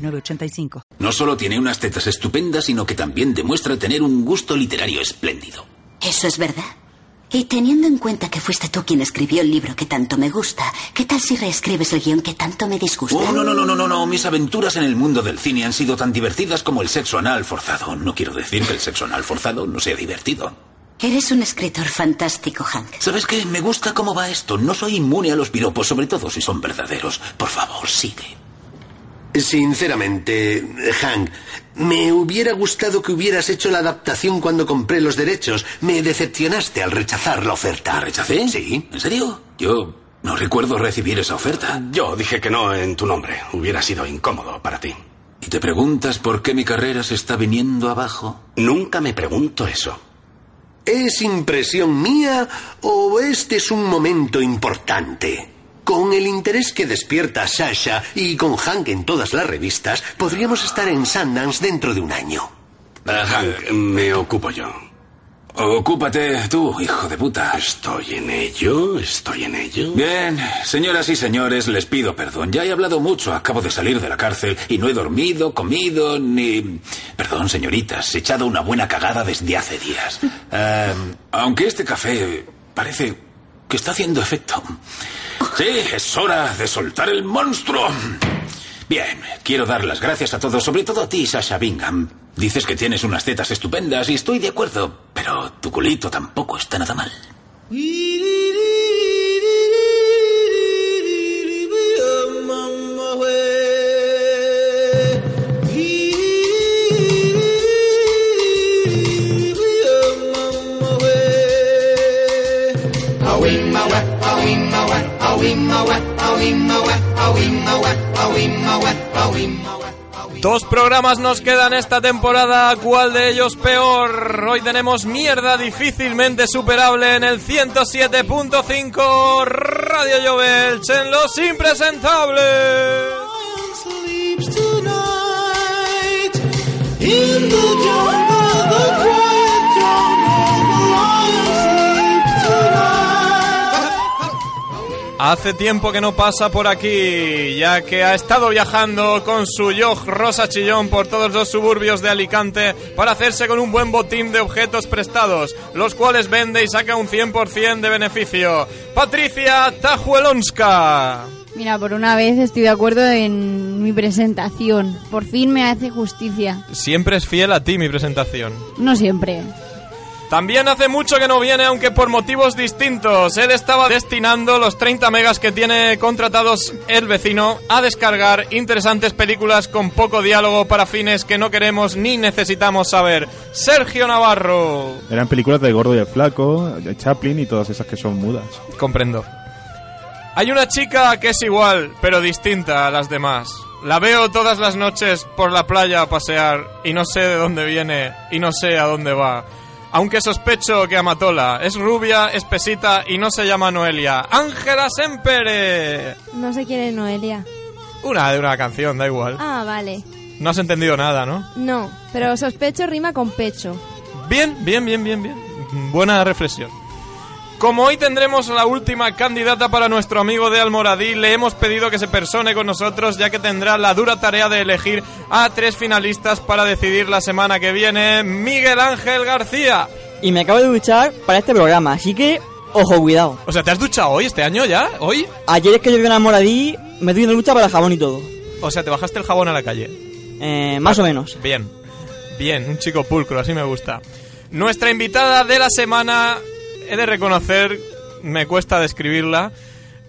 985. No solo tiene unas tetas estupendas, sino que también demuestra tener un gusto literario espléndido. Eso es verdad. Y teniendo en cuenta que fuiste tú quien escribió el libro que tanto me gusta, ¿qué tal si reescribes el guión que tanto me disgusta? Oh, no, no, no, no, no, no. Mis aventuras en el mundo del cine han sido tan divertidas como el sexo anal forzado. No quiero decir que el sexo anal forzado no sea divertido. Eres un escritor fantástico, Hank. ¿Sabes qué? Me gusta cómo va esto. No soy inmune a los piropos, sobre todo si son verdaderos. Por favor, sigue. Sinceramente, Hank, me hubiera gustado que hubieras hecho la adaptación cuando compré los derechos. Me decepcionaste al rechazar la oferta. ¿La rechacé? Sí. ¿En serio? Yo no recuerdo recibir esa oferta. Yo dije que no en tu nombre. Hubiera sido incómodo para ti. ¿Y te preguntas por qué mi carrera se está viniendo abajo? Nunca me pregunto eso. ¿Es impresión mía o este es un momento importante? Con el interés que despierta Sasha y con Hank en todas las revistas, podríamos estar en Sundance dentro de un año. Uh, Hank, me ocupo yo. Ocúpate tú, hijo de puta. Estoy en ello, estoy en ello. Bien, señoras y señores, les pido perdón. Ya he hablado mucho, acabo de salir de la cárcel y no he dormido, comido, ni... Perdón, señoritas, he echado una buena cagada desde hace días. Um, aunque este café parece que está haciendo efecto. Sí, es hora de soltar el monstruo. Bien, quiero dar las gracias a todos, sobre todo a ti, Sasha Bingham. Dices que tienes unas tetas estupendas y estoy de acuerdo, pero tu culito tampoco está nada mal. Dos programas nos quedan esta temporada, ¿cuál de ellos peor? Hoy tenemos mierda difícilmente superable en el 107.5 Radio Jovel en Los Impresentables. Hace tiempo que no pasa por aquí, ya que ha estado viajando con su yoj rosa chillón por todos los suburbios de Alicante para hacerse con un buen botín de objetos prestados, los cuales vende y saca un 100% de beneficio. Patricia Tajuelonska. Mira, por una vez estoy de acuerdo en mi presentación. Por fin me hace justicia. Siempre es fiel a ti mi presentación. No siempre. También hace mucho que no viene, aunque por motivos distintos. Él estaba destinando los 30 megas que tiene contratados el vecino a descargar interesantes películas con poco diálogo para fines que no queremos ni necesitamos saber. Sergio Navarro. Eran películas de Gordo y el Flaco, de Chaplin y todas esas que son mudas. Comprendo. Hay una chica que es igual, pero distinta a las demás. La veo todas las noches por la playa a pasear y no sé de dónde viene y no sé a dónde va aunque sospecho que Amatola es rubia, espesita y no se llama Noelia. Ángela Sempere. No sé quién es Noelia. Una de una canción, da igual. Ah, vale. No has entendido nada, ¿no? No, pero sospecho rima con pecho. Bien, bien, bien, bien, bien. Buena reflexión. Como hoy tendremos la última candidata para nuestro amigo de Almoradí, le hemos pedido que se persone con nosotros ya que tendrá la dura tarea de elegir a tres finalistas para decidir la semana que viene, Miguel Ángel García. Y me acabo de duchar para este programa, así que ojo, cuidado. O sea, ¿te has duchado hoy este año ya? ¿Hoy? Ayer es que yo vivo en Almoradí, me estoy en ducha para el jabón y todo. O sea, ¿te bajaste el jabón a la calle? Eh, más o menos. Bien, bien, un chico pulcro, así me gusta. Nuestra invitada de la semana he de reconocer, me cuesta describirla.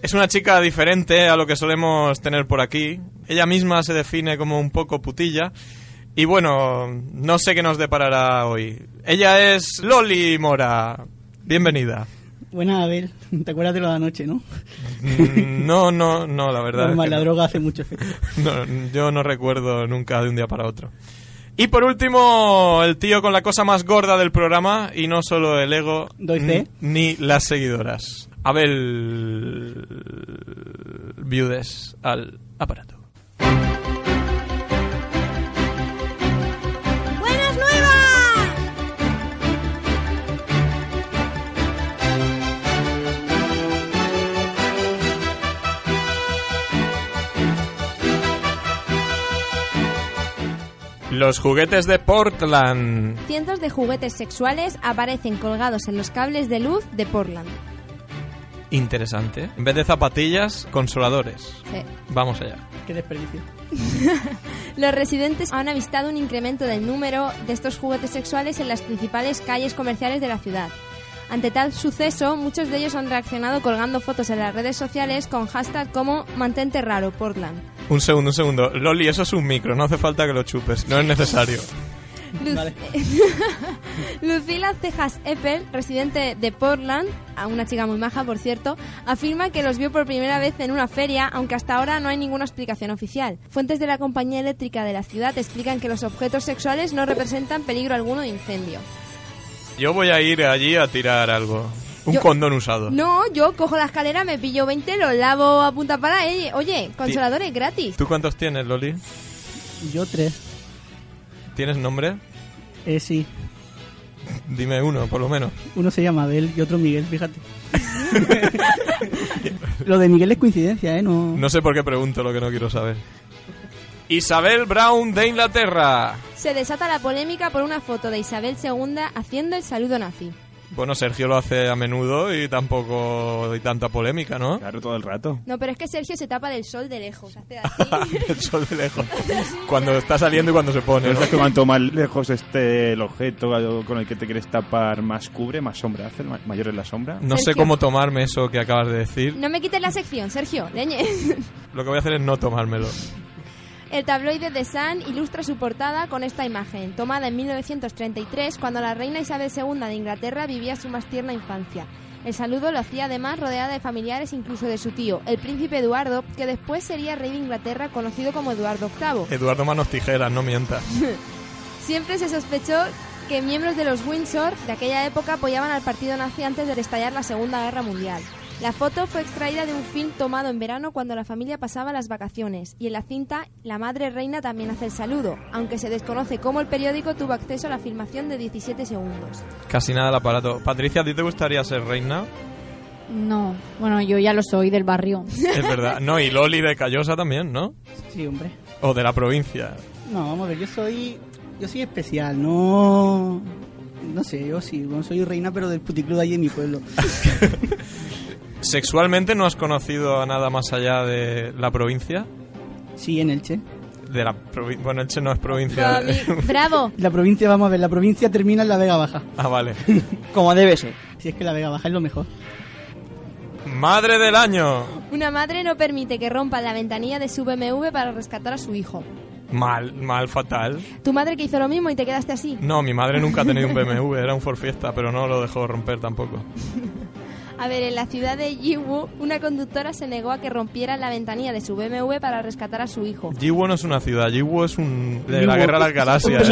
Es una chica diferente a lo que solemos tener por aquí. Ella misma se define como un poco putilla. Y bueno, no sé qué nos deparará hoy. Ella es Loli Mora. Bienvenida. Buena, Abel. ¿Te acuerdas de lo de anoche, no? Mm, No, no, no, la verdad. es Normal, que la no. droga hace mucho efecto. No, yo no recuerdo nunca de un día para otro. Y por último, el tío con la cosa más gorda del programa, y no solo el ego, Doy fe. ni las seguidoras. Abel Viudes al aparato. ¡Buenas nuevas! Los juguetes de Portland. Cientos de juguetes sexuales aparecen colgados en los cables de luz de Portland. Interesante. En vez de zapatillas, consoladores. Sí. Vamos allá. Qué desperdicio. Los residentes han avistado un incremento del número de estos juguetes sexuales en las principales calles comerciales de la ciudad. Ante tal suceso, muchos de ellos han reaccionado colgando fotos en las redes sociales con hashtag como Mantente raro, Portland. Un segundo, un segundo. Loli, eso es un micro, no hace falta que lo chupes, no es necesario. Lu- Lucila Cejas Eppel, residente de Portland, a una chica muy maja, por cierto, afirma que los vio por primera vez en una feria, aunque hasta ahora no hay ninguna explicación oficial. Fuentes de la compañía eléctrica de la ciudad explican que los objetos sexuales no representan peligro alguno de incendio. Yo voy a ir allí a tirar algo. Un Yo- condón usado. No, yo cojo la escalera, me pillo 20, lo lavo a punta para... Oye, consoladores gratis. ¿Tú cuántos tienes, Loli? Yo tres. ¿Tienes nombre? Eh, sí. Dime uno, por lo menos. Uno se llama Abel y otro Miguel, fíjate. lo de Miguel es coincidencia, ¿eh? No... No sé por qué pregunto lo que no quiero saber. Isabel Brown de Inglaterra. Se desata la polémica por una foto de Isabel II haciendo el saludo nazi. Bueno, Sergio lo hace a menudo y tampoco hay tanta polémica, ¿no? Claro, todo el rato. No, pero es que Sergio se tapa del sol de lejos. hace así. el sol de lejos. Cuando está saliendo y cuando se pone. Pero Pues ¿no? es que cuanto más lejos esté el objeto con el que te quieres tapar, más cubre, más sombra hace, ma- mayor es la sombra. No sé Sergio. cómo tomarme eso que acabas de decir. No me quites la sección, Sergio, leñe. Lo que voy a hacer es no tomármelo. El tabloide The Sun ilustra su portada con esta imagen, tomada en 1933 cuando la reina Isabel II de Inglaterra vivía su más tierna infancia. El saludo lo hacía además rodeada de familiares, incluso de su tío, el príncipe Eduardo, que después sería rey de Inglaterra conocido como Eduardo VIII. Eduardo Manos Tijeras, no mientas. Siempre se sospechó que miembros de los Windsor de aquella época apoyaban al partido nazi antes de estallar la Segunda Guerra Mundial. La foto fue extraída de un film tomado en verano cuando la familia pasaba las vacaciones y en la cinta la madre reina también hace el saludo, aunque se desconoce cómo el periódico tuvo acceso a la filmación de 17 segundos. Casi nada el aparato. Patricia, ¿a ti te gustaría ser reina? No, bueno, yo ya lo soy del barrio. Es verdad. No, y Loli de Callosa también, ¿no? Sí, hombre. O de la provincia. No, vamos a ver, yo soy... Yo soy especial, no... No sé, yo sí, bueno, soy reina, pero del puticlub de allí en mi pueblo. ¿Sexualmente no has conocido a nada más allá de la provincia? Sí, en Elche. De la provi- bueno, Elche no es provincia. ¡Bravo! La provincia, vamos a ver, la provincia termina en la Vega Baja. ah, vale. Como debe ser. Si es que la Vega Baja es lo mejor. Madre del año. Una madre no permite que rompan la ventanilla de su BMW para rescatar a su hijo. Mal, mal, fatal. Tu madre que hizo lo mismo y te quedaste así. No, mi madre nunca ha tenido un BMW, era un Ford Fiesta, pero no lo dejó romper tampoco. A ver, en la ciudad de Yiwu, una conductora se negó a que rompieran la ventanilla de su BMW para rescatar a su hijo. Yiwu no es una ciudad, Yiwu es un... de la Yiwu guerra de las es- galaxias. Pero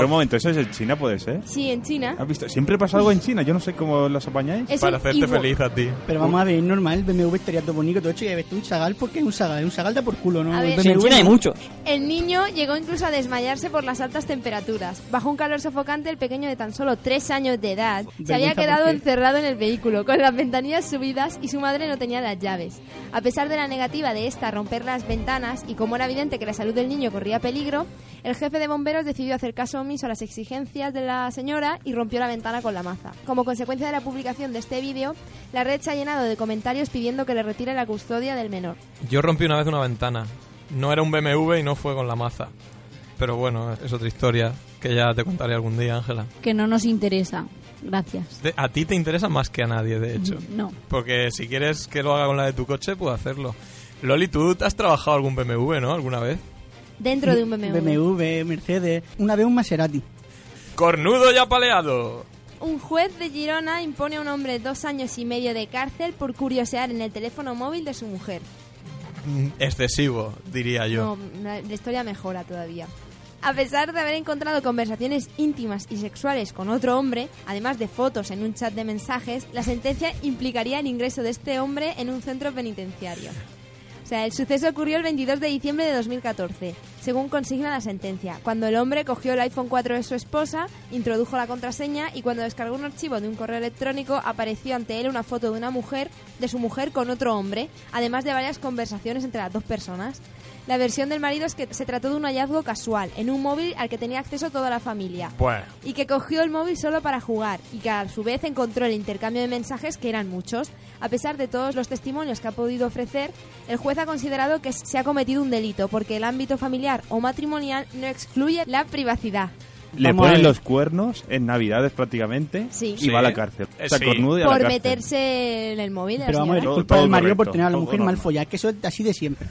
un momento, ¿eso es en China, puede ser? Sí, en China. Ah, ¿Has visto? Siempre pasa algo en China, yo no sé cómo las apañáis. Es Para un hacerte Iwo. feliz a ti. Pero vamos a ver, es normal, el BMW estaría todo bonito, todo hecho, y ya ves tú un chagal, porque es un chagal, un chagal da por culo, ¿no? A El ver, BMW Sí, hay no. mucho. El niño llegó incluso a desmayarse por las altas temperaturas. Bajo un calor sofocante, el pequeño de tan solo tres años de edad se había Vergüenza, quedado ¿por qué? encerrado en el vehículo, con las ventanillas subidas y su madre no tenía las llaves. A pesar de la negativa de esta a romper las ventanas y como era evidente que la salud del niño corría peligro, el jefe de bomberos decidió hacer caso omiso a las exigencias de la señora y rompió la ventana con la maza. Como consecuencia de la publicación de este vídeo, la red se ha llenado de comentarios pidiendo que le retire la custodia del menor. Yo rompí una vez una ventana. No era un BMW y no fue con la maza. Pero bueno, es otra historia que ya te contaré algún día, Ángela. Que no nos interesa. Gracias. Te- A ti te interesa más que a nadie, de hecho. No. Porque si quieres que lo haga con la de tu coche, puedo hacerlo. Loli, tú has trabajado algún BMW, ¿no? ¿Alguna vez? Dentro de un BMW. BMW, Mercedes, una vez un Maserati. Cornudo y apaleado. un juez de Girona impone a un hombre dos años y medio de cárcel por curiosear en el teléfono móvil de su mujer. Mm, Excesivo, diría yo. No, la, la historia mejora todavía. A pesar de haber encontrado conversaciones íntimas y sexuales con otro hombre, además de fotos en un chat de mensajes, la sentencia implicaría el ingreso de este hombre en un centro penitenciario. O sea, el suceso ocurrió el 22 de diciembre de 2014, según consigna la sentencia, cuando el hombre cogió el iPhone 4 de su esposa, introdujo la contraseña y cuando descargó un archivo de un correo electrónico apareció ante él una foto de una mujer, de su mujer con otro hombre, además de varias conversaciones entre las dos personas. La versión del marido es que se trató de un hallazgo casual, en un móvil al que tenía acceso toda la familia. Bueno. Y que cogió el móvil solo para jugar, y que a su vez encontró el intercambio de mensajes, que eran muchos. A pesar de todos los testimonios que ha podido ofrecer, el juez ha considerado que se ha cometido un delito, porque el ámbito familiar o matrimonial no excluye la privacidad. Le Vamos a ponen ver. los cuernos en Navidades prácticamente Sí. y Sí. va a la cárcel. Eh, O sea, sí. cornudo y a la Por cárcel. meterse en el móvil. de la Pero vamos a ver, señora. Todo- culpa todo del marido correcto, por tener a la todo mujer mal normal. follada, que eso es así de siempre.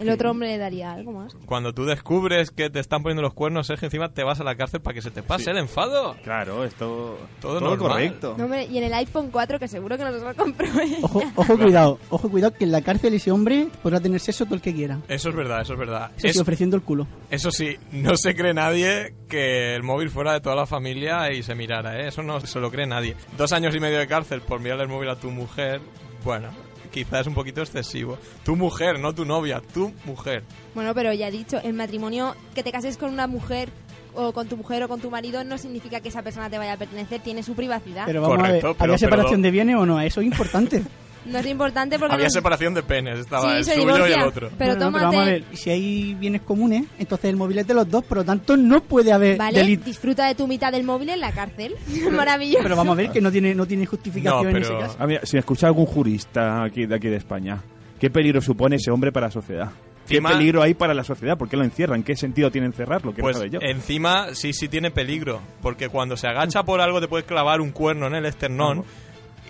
El otro hombre le daría algo más. Cuando tú descubres que te están poniendo los cuernos, es que encima te vas a la cárcel para que se te pase Sí. el enfado. Claro, esto Todo, todo normal. correcto. No, hombre, y en el iPhone 4, que seguro que nos lo compró ella. Ojo, ojo cuidado, ojo cuidado que en la cárcel ese hombre podrá tener sexo todo el que quiera. Eso es verdad, eso es verdad. Eso sí, Es- ofreciendo el culo. eso sí, no se cree nadie que el móvil fuera de toda la familia y se mirara, ¿eh? Eso no se lo cree nadie. Dos años y medio de cárcel por mirar el móvil a tu mujer, bueno, quizás es un poquito excesivo. Tu mujer, no tu novia, tu mujer. Bueno, pero ya he dicho, el matrimonio, que te cases con una mujer o con tu mujer o con tu marido no significa que esa persona te vaya a pertenecer, tiene su privacidad. Pero vamos Correcto, a ver, pero- ¿había separación pero- de bienes o no? Eso es importante. No es importante porque... Había no- separación de penes, estaba Sí, el se suyo y divorcia, el otro. Pero No, no, tómate... vamos a ver, si hay bienes comunes, entonces el móvil es de los dos, por lo tanto no puede haber Vale, delito. disfruta de tu mitad del móvil en la cárcel. Maravilloso. Pero vamos a ver que no tiene, no tiene justificación en ese caso. Ah, mira, si me escucha algún jurista aquí, de aquí de España, ¿qué peligro supone ese hombre para la sociedad? ¿Qué Encima- peligro hay para la sociedad? ¿Por qué lo encierran? ¿Qué sentido tiene encerrarlo? ¿Qué Pues sabe yo? encima sí, sí tiene peligro, porque cuando se agacha por algo te puedes clavar un cuerno en el esternón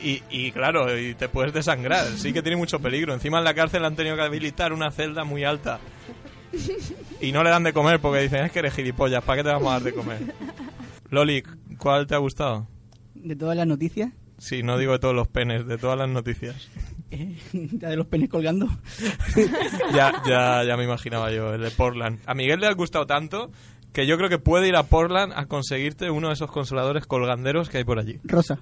y, y, claro, y te puedes desangrar, sí que tiene mucho peligro. Encima en la cárcel han tenido que habilitar una celda muy alta y no le dan de comer porque dicen es que eres gilipollas, ¿para qué te vamos a dar de comer? Loli, ¿cuál te ha gustado? De todas las noticias, Sí, no digo de todos los penes, de todas las noticias. eh, la de los penes colgando. Ya, ya, ya me imaginaba yo, el de Portland. A Miguel le ha gustado tanto que yo creo que puede ir a Portland a conseguirte uno de esos consoladores colganderos que hay por allí. Rosa.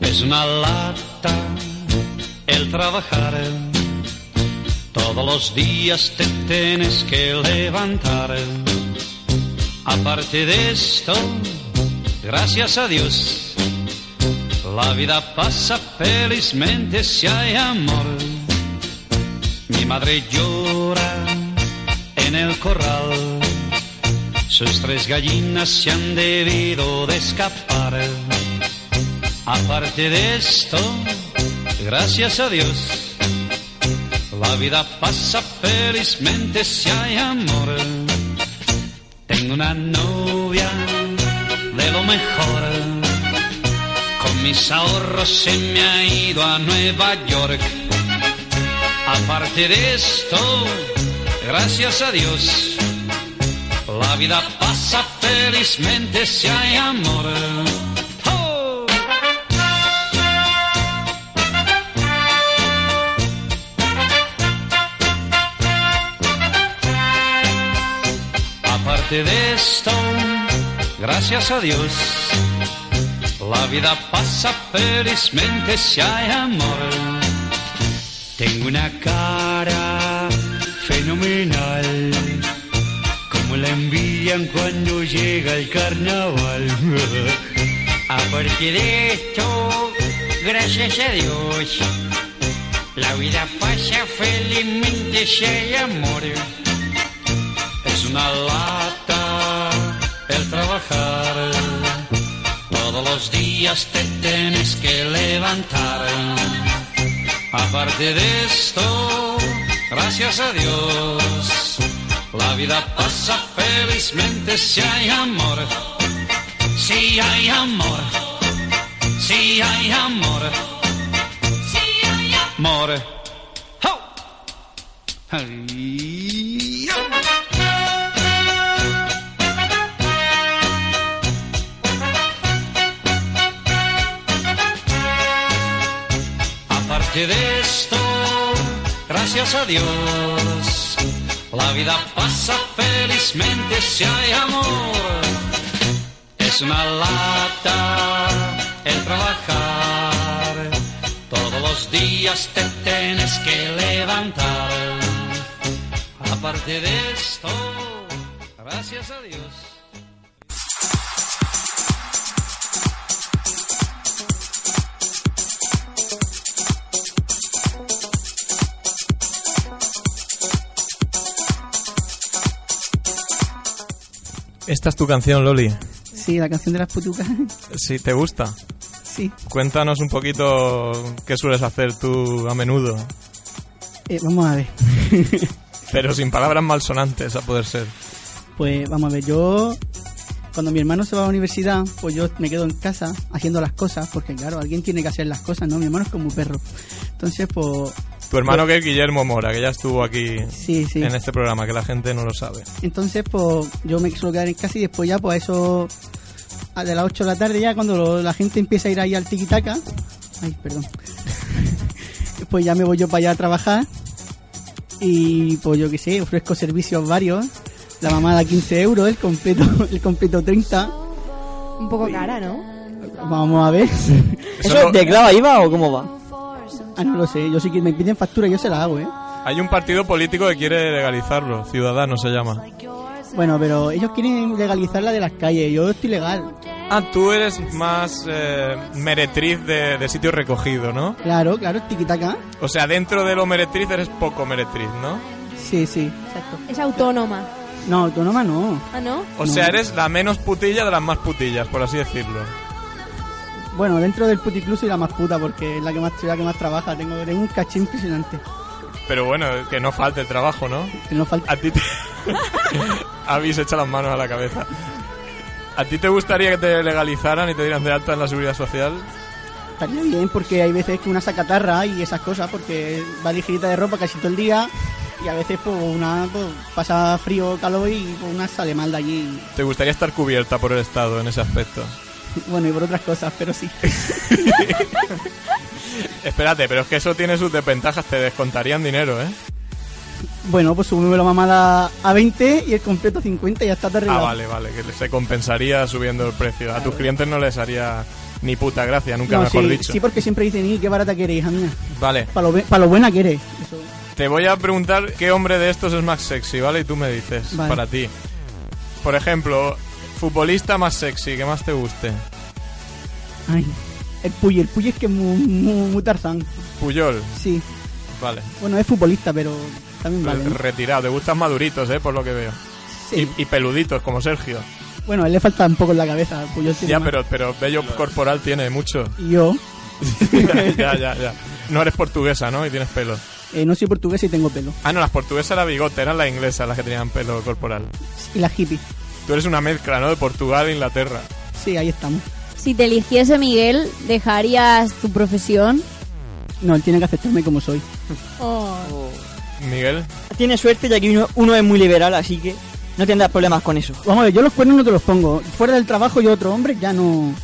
Es una lata el trabajar. Todos los días te tienes que levantar. Aparte de esto, gracias a Dios, la vida pasa felizmente si hay amor. Mi madre llora en el corral. Sus tres gallinas se han debido de escapar. Aparte de esto, gracias a Dios, la vida pasa felizmente si hay amor. Tengo una novia de lo mejor. Con mis ahorros se me ha ido a Nueva York. Aparte de esto, gracias a Dios, la vida pasa felizmente si hay amor. ¡Oh! Aparte de esto, gracias a Dios, la vida pasa felizmente si hay amor. Tengo una cara fenomenal, como la envidian cuando llega el carnaval. Aparte de esto, gracias a Dios, la vida pasa felizmente si hay amor. Es una lata el trabajar. Todos los días te tienes que levantar. Aparte de esto, gracias a Dios, la vida pasa felizmente si hay amor. Si hay amor. Si hay amor. Si hay amor. ¡Oh! Ay, Aparte de esto, gracias a Dios, la vida pasa felizmente si hay amor. Es una lata el trabajar, todos los días te tienes que levantar. Aparte de esto, gracias a Dios. Esta es tu canción, Loli. Sí, la canción de las putucas. Si te gusta. Sí. Cuéntanos un poquito qué sueles hacer tú a menudo, Eh, vamos a ver. pero sin palabras malsonantes a poder ser. Pues vamos a ver, yo cuando mi hermano se va a la universidad, pues yo me quedo en casa haciendo las cosas, porque claro, alguien tiene que hacer las cosas, ¿no? Mi hermano es como un perro. Entonces, pues... Tu hermano que es Guillermo Mora, que ya estuvo aquí Sí, sí. en este programa, que la gente no lo sabe. Entonces, pues yo me suelo quedar en casa y después ya, pues a eso... a de las 8 de la tarde ya, cuando lo- la gente empieza a ir ahí al tiquitaca... Ay, perdón. pues ya me voy yo para allá a trabajar y pues yo qué sé, ofrezco servicios varios. La mamada 15 euros, el completo, el completo 30. Un poco cara, ¿no? Vamos a ver. ¿Eso es declara IVA o cómo va? Ah, no lo sé. Yo sí que me piden factura, yo se la hago, ¿eh? Hay un partido político que quiere legalizarlo, Ciudadanos se llama. Bueno, pero ellos quieren legalizar la de las calles. Yo estoy legal. Ah, tú eres más eh, meretriz de, de sitio recogido, ¿no? Claro, claro, tiquitaca. O sea, dentro de lo meretriz eres poco meretriz, ¿no? Sí, sí. Es autónoma. No, autónoma no. ¿Ah, no? O sea, eres la menos putilla de las más putillas, por así decirlo. Bueno, dentro del puticlub soy la más puta porque es la que más, soy la que más trabaja. Tengo, tengo un caché impresionante. Pero bueno, que no falte el trabajo, ¿no? Que no falte. A ti te... Habéis hecho las manos a la cabeza. ¿A ti te gustaría que te legalizaran y te dieran de alta en la seguridad social? Estaría bien porque hay veces que una sacatarra y esas cosas porque va ligerita de ropa casi todo el día y a veces pues una pues, pasa frío, calor y pues, una sale mal de allí. ¿Te gustaría estar cubierta por el Estado en ese aspecto? Bueno, y por otras cosas, pero sí. Espérate, pero es que eso tiene sus desventajas, te descontarían dinero, ¿eh? Bueno, pues subimos la mamada a 20 y el completo 50 y ya está terrible. Ah, vale, vale, que se compensaría subiendo el precio. A tus clientes no les haría ni puta gracia, nunca No, mejor sí, dicho. sí, porque siempre dicen, y qué barata que eres, hija mía. Vale, Para lo, be- pa' lo buena que eres. te voy a preguntar qué hombre de estos es más sexy, ¿vale? Y tú me dices, Vale. para ti. Por ejemplo, futbolista más sexy, que más te guste. Ay, el Puy, el Puy es que es muy, muy, muy tarzán. Puyol. Sí. Vale. Bueno, es futbolista, pero también vale. Re- ¿no? Retirado, te gustan maduritos, ¿eh? Por lo que veo. Y, y peluditos, como Sergio. Bueno, a él le falta un poco en la cabeza. el Puyol tiene Ya, más. pero, pero bello corporal tiene mucho. Y yo, ya, ya, ya. No eres portuguesa, ¿no? Y tienes pelo. eh, no soy portugués y tengo pelo. Ah, no, las portuguesas eran bigote, eran las inglesas las que tenían pelo corporal. Y la hippie. Tú eres una mezcla, ¿no? De Portugal e Inglaterra. Sí, ahí estamos. Si te eligiese Miguel, ¿dejarías tu profesión? No, él tiene que aceptarme como soy. Oh. Miguel. Tiene suerte ya que uno, uno es muy liberal, así que no tendrás problemas con eso. Vamos a ver, yo los cuernos no te los pongo. Fuera del trabajo yo otro hombre ya no...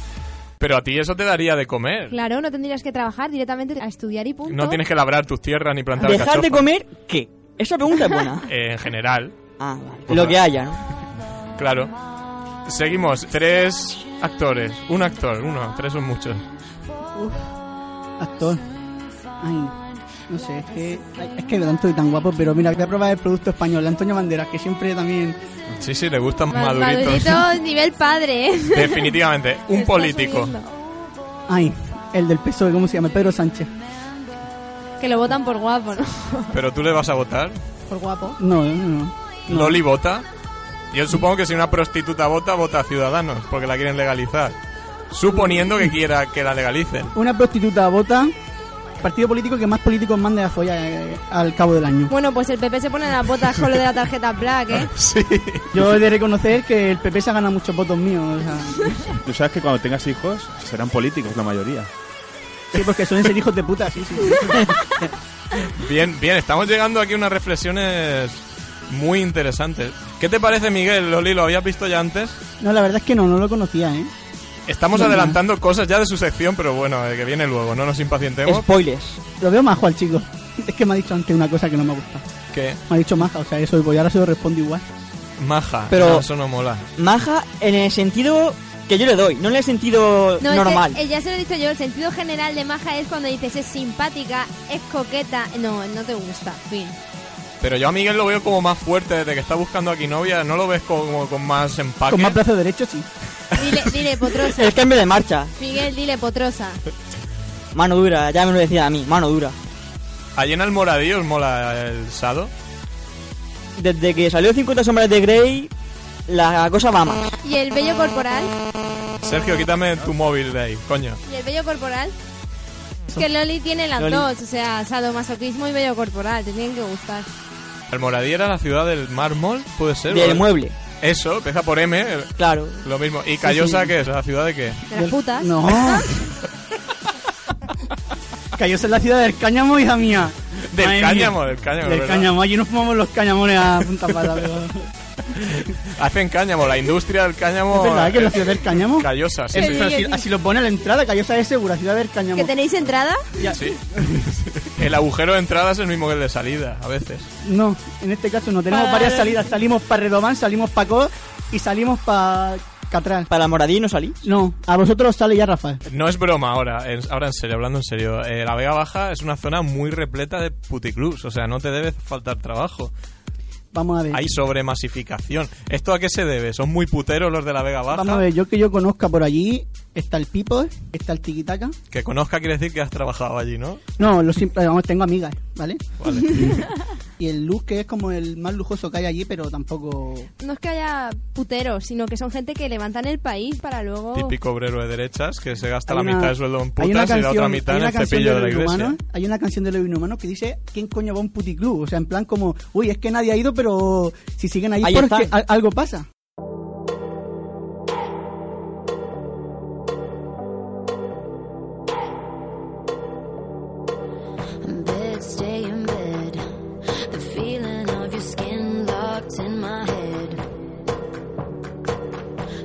Pero a ti eso te daría de comer. Claro, no tendrías que trabajar directamente a estudiar y punto. No tienes que labrar tus tierras ni plantar ¿Dejar de alcachofa. comer qué? Esa pregunta es buena. Eh, en general. Pues Ah, Lo que haya, ¿no? Claro. Seguimos. Tres actores. Un actor. Uno. Tres son muchos. Uf, actor. Ay, no sé, es que, es que tanto y tan guapo, pero mira, voy a probar el producto español, Antonio Banderas, que siempre también... Sí, sí, le gustan Ma- maduritos. Madurito nivel padre. ¿eh? Definitivamente. Un Está político. subiendo. Ay, el del PSOE, ¿cómo se llama? Pedro Sánchez. Que lo votan por guapo, ¿no? Pero tú le vas a votar. Por guapo. No, no, no. Loli vota. Yo supongo que si una prostituta vota, vota a Ciudadanos, porque la quieren legalizar. Suponiendo que quiera que la legalicen. Una prostituta vota, partido político que más políticos mande a follar eh, al cabo del año. Bueno, pues el PP se pone las botas con lo de la tarjeta Black, ¿eh? Yo he de reconocer que el PP se ha ganado muchos votos míos, o sea, Tú sabes que cuando tengas hijos serán políticos la mayoría. sí, porque suelen ser hijos de puta, sí, sí. Bien, bien, estamos llegando aquí a unas reflexiones muy interesantes. ¿Qué te parece, Miguel? Loli, ¿lo habías visto ya antes? No, la verdad es que no, no lo conocía, ¿eh? Estamos No, no. adelantando cosas ya de su sección, pero bueno, eh, que viene luego, no nos impacientemos. Spoilers. Lo veo majo al chico. Es que me ha dicho antes una cosa que no me gusta. ¿Qué? Me ha dicho maja, o sea, eso, y voy ahora se lo respondo igual. Maja. Pero- No, eso no mola. Maja en el sentido que yo le doy, no en el sentido No, es que, normal. eh, ya se lo he dicho yo, el sentido general de maja es cuando dices es simpática, es coqueta, no, no te gusta, fin. Pero yo a Miguel lo veo como más fuerte desde que está buscando aquí novia. ¿No lo ves como con más empaque? Con más plazo derecho, sí. Dile, dile potrosa. El cambio de marcha. Miguel, dile potrosa. Mano dura, ya me lo decía a mí, mano dura. Allí en Almoradí os mola el sado. Desde que salió 50 sombras de Grey, la cosa va más. ¿Y el vello corporal? Sergio, quítame tu móvil de ahí, coño. ¿Y el vello corporal? Es que Loli tiene las Loli. dos, o sea, sadomasoquismo y vello corporal, te tienen que gustar. Almoradí era la ciudad del mármol, puede ser. Del ¿O- mueble. Eso, empieza por M. eh, Claro. Lo mismo. ¿Y Callosa sí. qué es? ¿La ciudad de qué? ¿De las putas? No. Cayóse en la ciudad del cáñamo, hija mía. Del Madre cáñamo, mía. del cáñamo, Del ¿verdad? cáñamo, allí nos fumamos los cañamones a punta pala, pero- Hacen cáñamo, la industria del cáñamo. eh, ¿Es verdad que es la ciudad del cáñamo? Callosa, sí. Eh, sí. pero así, así lo pone a la entrada, Callosa es segura, ciudad del cáñamo. ¿Que tenéis entrada? Sí. El agujero de entrada es el mismo que el de salida, a veces. No, en este caso no, tenemos Para- varias salidas. Salimos para Redobán, salimos para Cor y salimos para Catral. ¿Para Moradí no salís? No, a vosotros sale ya Rafael. No es broma ahora, en- ahora en serio, hablando en serio. eh, la Vega Baja es una zona muy repleta de puticlubs, o sea, no te debe faltar trabajo. Vamos a ver. Hay sobremasificación. ¿Esto a qué se debe? ¿Son muy puteros los de la Vega Baja? Vamos a ver, yo que yo conozca por allí, está el Pipo, está el Tiquitaca. Que conozca quiere decir que has trabajado allí, ¿no? No, lo simple, vamos, tengo amigas, ¿vale? Vale. Y el Luz, que es como el más lujoso que hay allí, pero tampoco... No es que haya puteros, sino que son gente que levantan el país para luego... Típico obrero de derechas que se gasta Oh. Hay la una- mitad del sueldo en hay putas una y la otra canción- mitad hay en una el canción cepillo de los la iglesia. inhumanos- hay una canción de los inhumanos que dice ¿Quién coño va a un puticlub? O sea, en plan como Uy, es que nadie ha ido, pero si siguen ahí, Ahí porque están. al- algo pasa bed, stay in bed. The feeling of your skin locked in my head.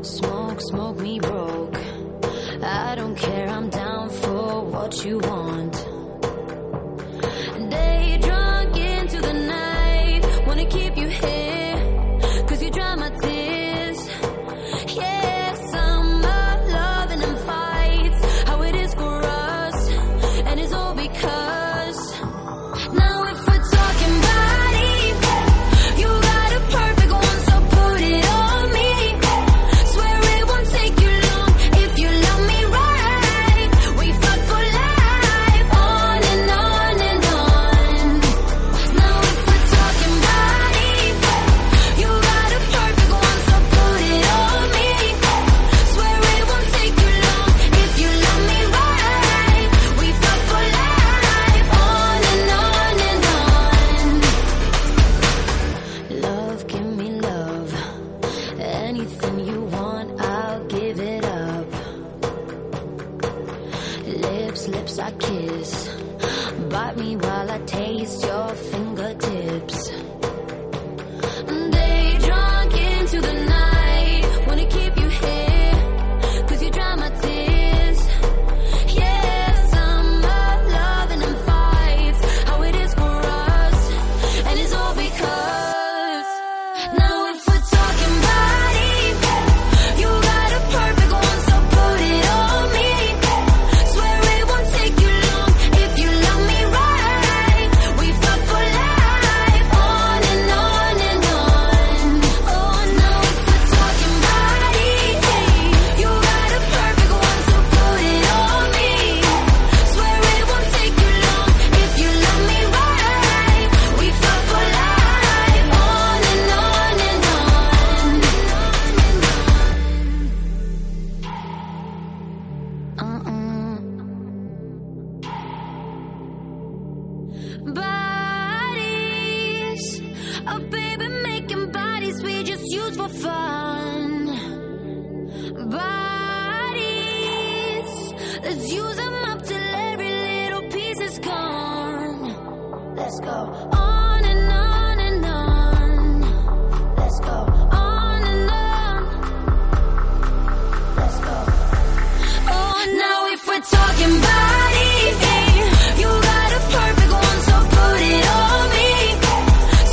Smoke, smoke me broke. I don't care, I'm down for what you want. Day drunk into the night. Wanna keep you here, cause you dry my tears. Yes, I'm love and I'm fights. How it is for us, and it's all because. Now if we're talking body, you got a perfect one, so put it on me. Swear it won't take you long if you love me right. We fuck for life, on and on and on. Now if we're talking body. You got a perfect one, so put it on me. Swear it won't take you long if you love me right. We fuck for life, on and on and on. Love, give me love. Anything you want, I'll give it up. Lips, lips, I kiss. Bite me while I taste your fingertips. Day drunk into the night. Wanna keep you here, cause you dry my tears. Yes, I'm loving and fights. How it is for us, and it's all because. Now if we're talking body, you got a perfect one, so put it on me. Swear it won't take you long if you love me right. We fuck for life, on and on and on. Oh no, if we're talking body, you got a perfect one, so put it on me. Swear it won't take you long if you love me right. We fuck for life, on and on and on. bodies. Oh, baby, making bodies we just use for fun. Bodies, let's use them up till every little piece is gone. Let's go on and on and on. Let's go on and on. Let's go. Oh, now if we're talking body, babe, you got a perfect one, so put it on me.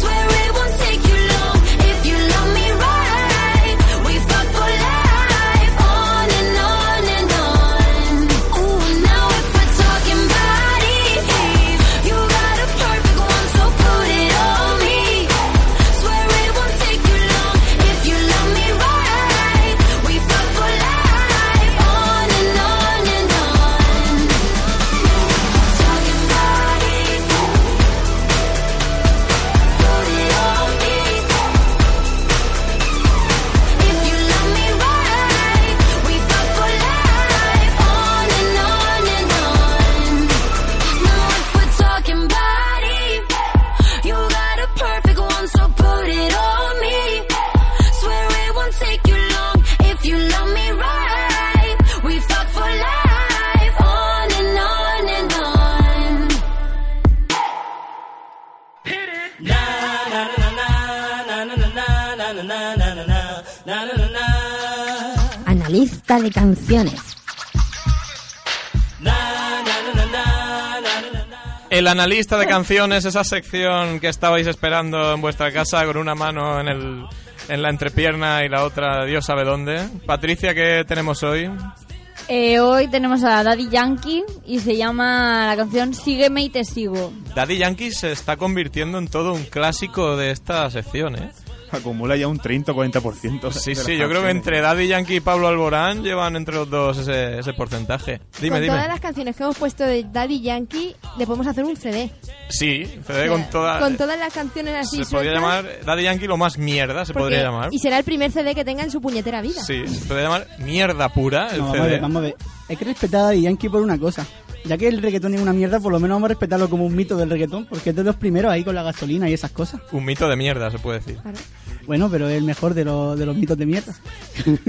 Swear it won't take you long if you love me right. We fuck for life, on and on and on. Ooh, now if we're talking body, babe, you got a perfect one, so put it on me. Swear it won't take you long if you love me right. We fuck for life, on and on and on. Talking body, put it on me. If you love me right, we fuck for life, on and on and on. Now if we're talking body. You got a perfect one, so put it on me. Swear it won't take you long if you love me right. We fuck for life, on and on and on. Analista de canciones. El analista de canciones, esa sección que estabais esperando en vuestra casa con una mano en, el, en la entrepierna y la otra Dios sabe dónde. Patricia, ¿qué tenemos hoy? Eh, hoy tenemos a Daddy Yankee y se llama la canción Sígueme y te sigo. Daddy Yankee se está convirtiendo en todo un clásico de esta sección, ¿eh? Acumula ya un 30 o 40%. Sí, sí, yo creo que entre Daddy Yankee y Pablo Alborán llevan entre los dos ese, ese porcentaje. Dime, con dime. todas las canciones que hemos puesto de Daddy Yankee, le podemos hacer un CD. Sí, CD Eh, con toda... Con todas las canciones así. Se podría sueltas, llamar Daddy Yankee lo más mierda, se podría porque- llamar. Y será el primer CD que tenga en su puñetera vida. Sí, se podría llamar mierda pura el No, vamos a CD. ver, vamos a ver. Hay que respetar a Daddy Yankee por una cosa. Ya que el reggaetón es una mierda, por lo menos vamos a respetarlo como un mito del reggaetón, porque es de los primeros ahí con la gasolina y esas cosas. Un mito de mierda, se puede decir. Bueno, pero es el mejor de, los- de los mitos de mierda.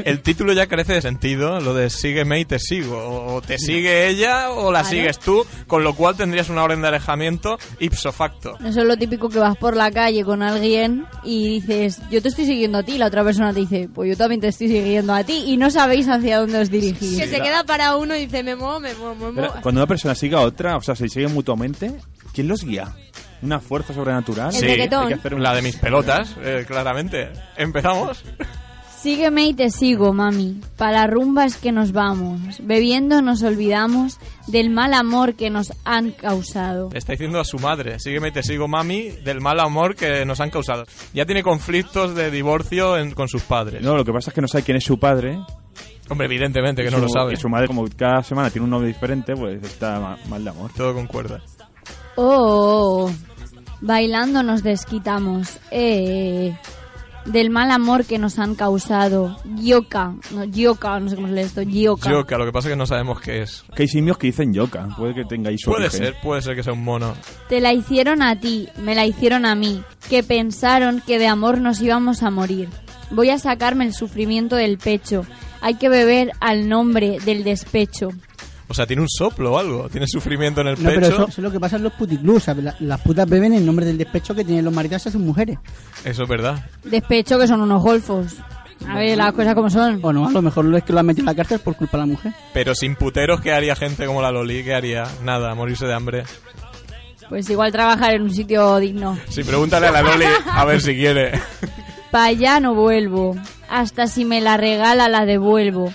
El título ya carece de sentido, lo de sígueme y te sigo. O te sigue ella o la Claro. sigues tú, con lo cual tendrías una orden de alejamiento ipso facto. No es lo típico que vas por la calle con alguien y dices, yo te estoy siguiendo a ti, y la otra persona te dice, pues yo también te estoy siguiendo a ti y no sabéis hacia dónde os dirigís. Que se queda para uno y dice, me muevo, me muevo, me Pero muevo. cuando una persona sigue a otra, o sea, se siguen mutuamente, ¿quién los guía? ¿Una fuerza sobrenatural? El reggaetón. Hay que hacer un- La de mis pelotas, eh, claramente. ¿Empezamos? Sígueme y te sigo, mami, para la rumba es que nos vamos, bebiendo nos olvidamos del mal amor que nos han causado. Le está diciendo a su madre, sígueme y te sigo, mami, del mal amor que nos han causado. Ya tiene conflictos de divorcio en- con sus padres. No, lo que pasa es que no sabe quién es su padre. Hombre, evidentemente que Y no su- lo sabe. Y su madre, como cada semana tiene un nombre diferente, pues está ma- mal de amor. Todo concuerda. Oh, oh, oh. bailando nos desquitamos, eh, eh, del mal amor que nos han causado. Gioca, no, Gioca, no sé cómo se lee esto, Gioca. Yoka, lo que pasa es que no sabemos qué es. Que hay simios que dicen yoka. Puede que tengáis su Puede origen. ser, puede ser que sea un mono. Te la hicieron a ti, me la hicieron a mí, que pensaron que de amor nos íbamos a morir. Voy a sacarme el sufrimiento del pecho, hay que beber al nombre del despecho. O sea, tiene un soplo o algo, tiene sufrimiento en el No, pero pecho. eso, eso es lo que pasa en los puticlubs. ¿sabes? La- las putas beben en nombre del despecho que tienen los maridos a sus mujeres. Eso es verdad. Despecho que son unos golfos. A ver, las cosas como son. O no, a lo mejor lo es que lo han metido en la cárcel por culpa de la mujer. Pero sin puteros, ¿qué haría gente como la Loli? ¿Qué haría? Nada, morirse de hambre. Pues igual trabajar en un sitio digno. Sí, pregúntale a la Loli a ver si quiere. Pa' allá no vuelvo, hasta si me la regala la devuelvo.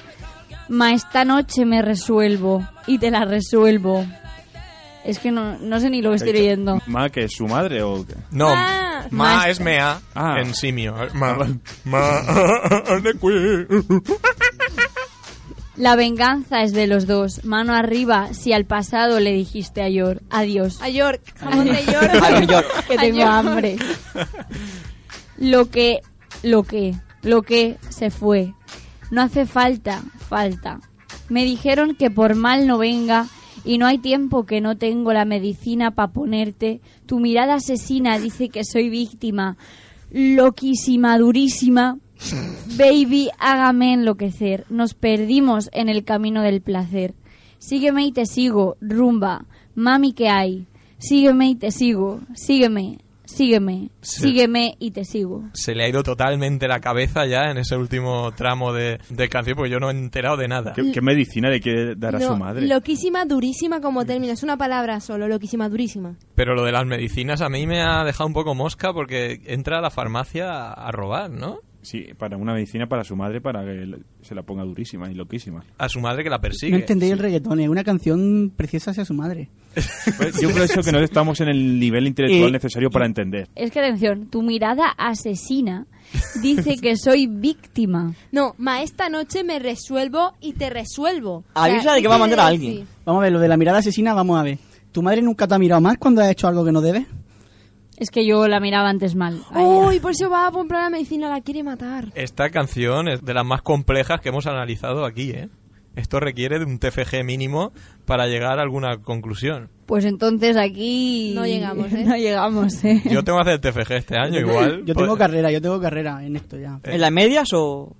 Ma esta noche me resuelvo y te la resuelvo. Es que no, no sé ni lo que estoy leyendo. Ma, que es su madre o qué? No, Ma. ma, Ma. es mea Ah. en simio. Ma, ma, de cui. La venganza es de los dos. Mano arriba si al pasado le dijiste a York. Adiós. A York, jamón de York. A York. Que A tengo York. hambre. Lo que, lo que, lo que se fue. No hace falta, falta. Me dijeron que por mal no venga y no hay tiempo que no tengo la medicina para ponerte. Tu mirada asesina dice que soy víctima. Loquísima, durísima. Baby, hágame enloquecer. Nos perdimos en el camino del placer. Sígueme y te sigo, rumba. Mami, ¿qué hay? Sígueme y te sigo. Sígueme, sígueme, Sí. sígueme y te sigo. Se le ha ido totalmente la cabeza ya en ese último tramo de, de canción, porque yo no he enterado de nada. ¿Qué, qué medicina le quiere dar a No, su madre? Loquísima, durísima como término. Es una palabra solo, loquísima, durísima. Pero lo de las medicinas a mí me ha dejado un poco mosca porque entra a la farmacia a, a robar, ¿no? Sí, para una medicina para su madre para que le- se la ponga durísima y loquísima. A su madre que la persigue. No entendéis el reggaetón, es una canción preciosa hacia su madre. Pues yo creo eso que no estamos en el nivel intelectual Y- necesario para entender. Es que atención, tu mirada asesina dice que soy víctima. No, ma, esta noche me resuelvo y te resuelvo. Avisa O sea, de que va a ¿qué mandar a quiere alguien. decir? Vamos a ver, lo de la mirada asesina, vamos a ver. ¿Tu madre nunca te ha mirado más cuando has hecho algo que no debes? Es que yo la miraba antes mal. a ella. Uy, por eso va a comprar la medicina, la quiere matar. Esta canción es de las más complejas que hemos analizado aquí, ¿eh? Esto requiere de un TFG mínimo para llegar a alguna conclusión. Pues entonces aquí No llegamos, No llegamos, ¿eh? Yo tengo que hacer TFG este año igual. Yo tengo carrera, yo tengo carrera en esto ya. ¿En las medias o...?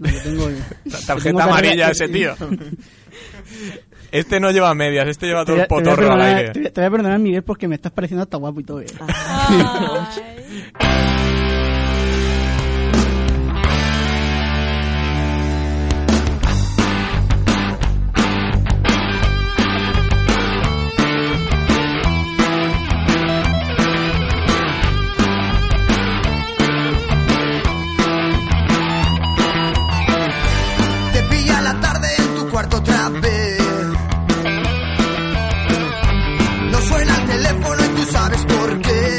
No, yo tengo... Pues, tengo Tarjeta carrera- amarilla ese tío. Este no lleva medias, este lleva Te todo voy a- el te voy a potorro al perdonar- aire. Te voy- te voy a perdonar, Miguel, porque me estás pareciendo hasta guapo y todo. eh. Ah. Te pilla la tarde en tu cuarto otra vez. No suena el teléfono y tú sabes por qué.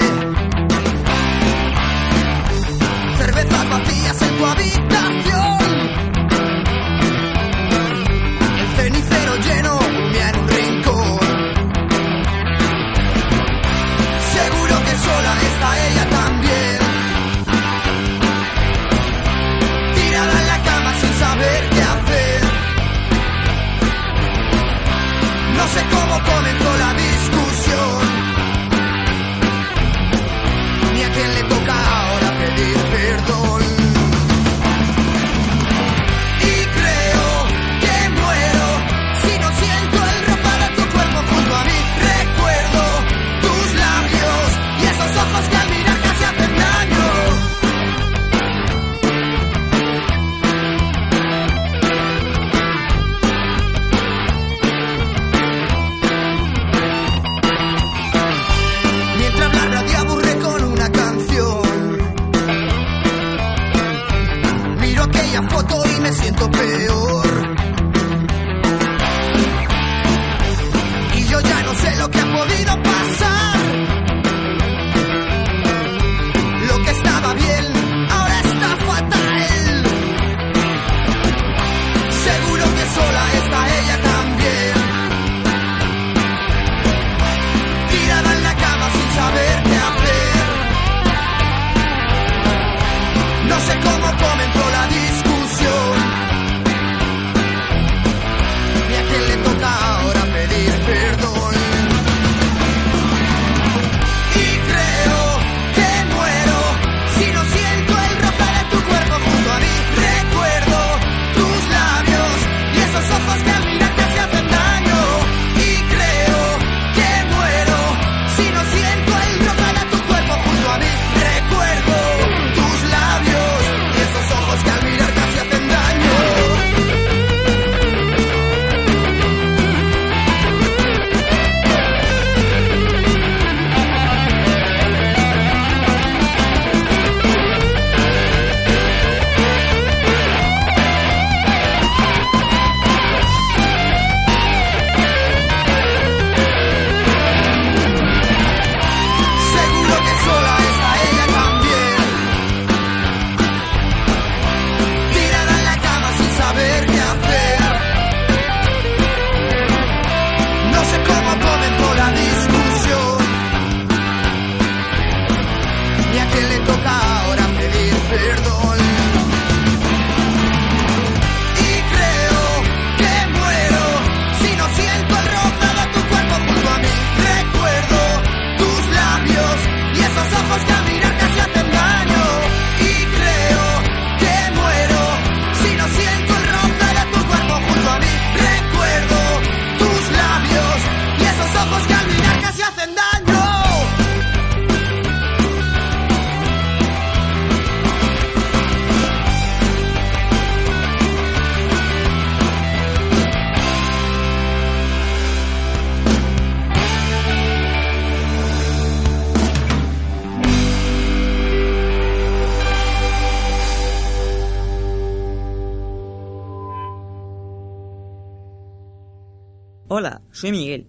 Hola, soy Miguel.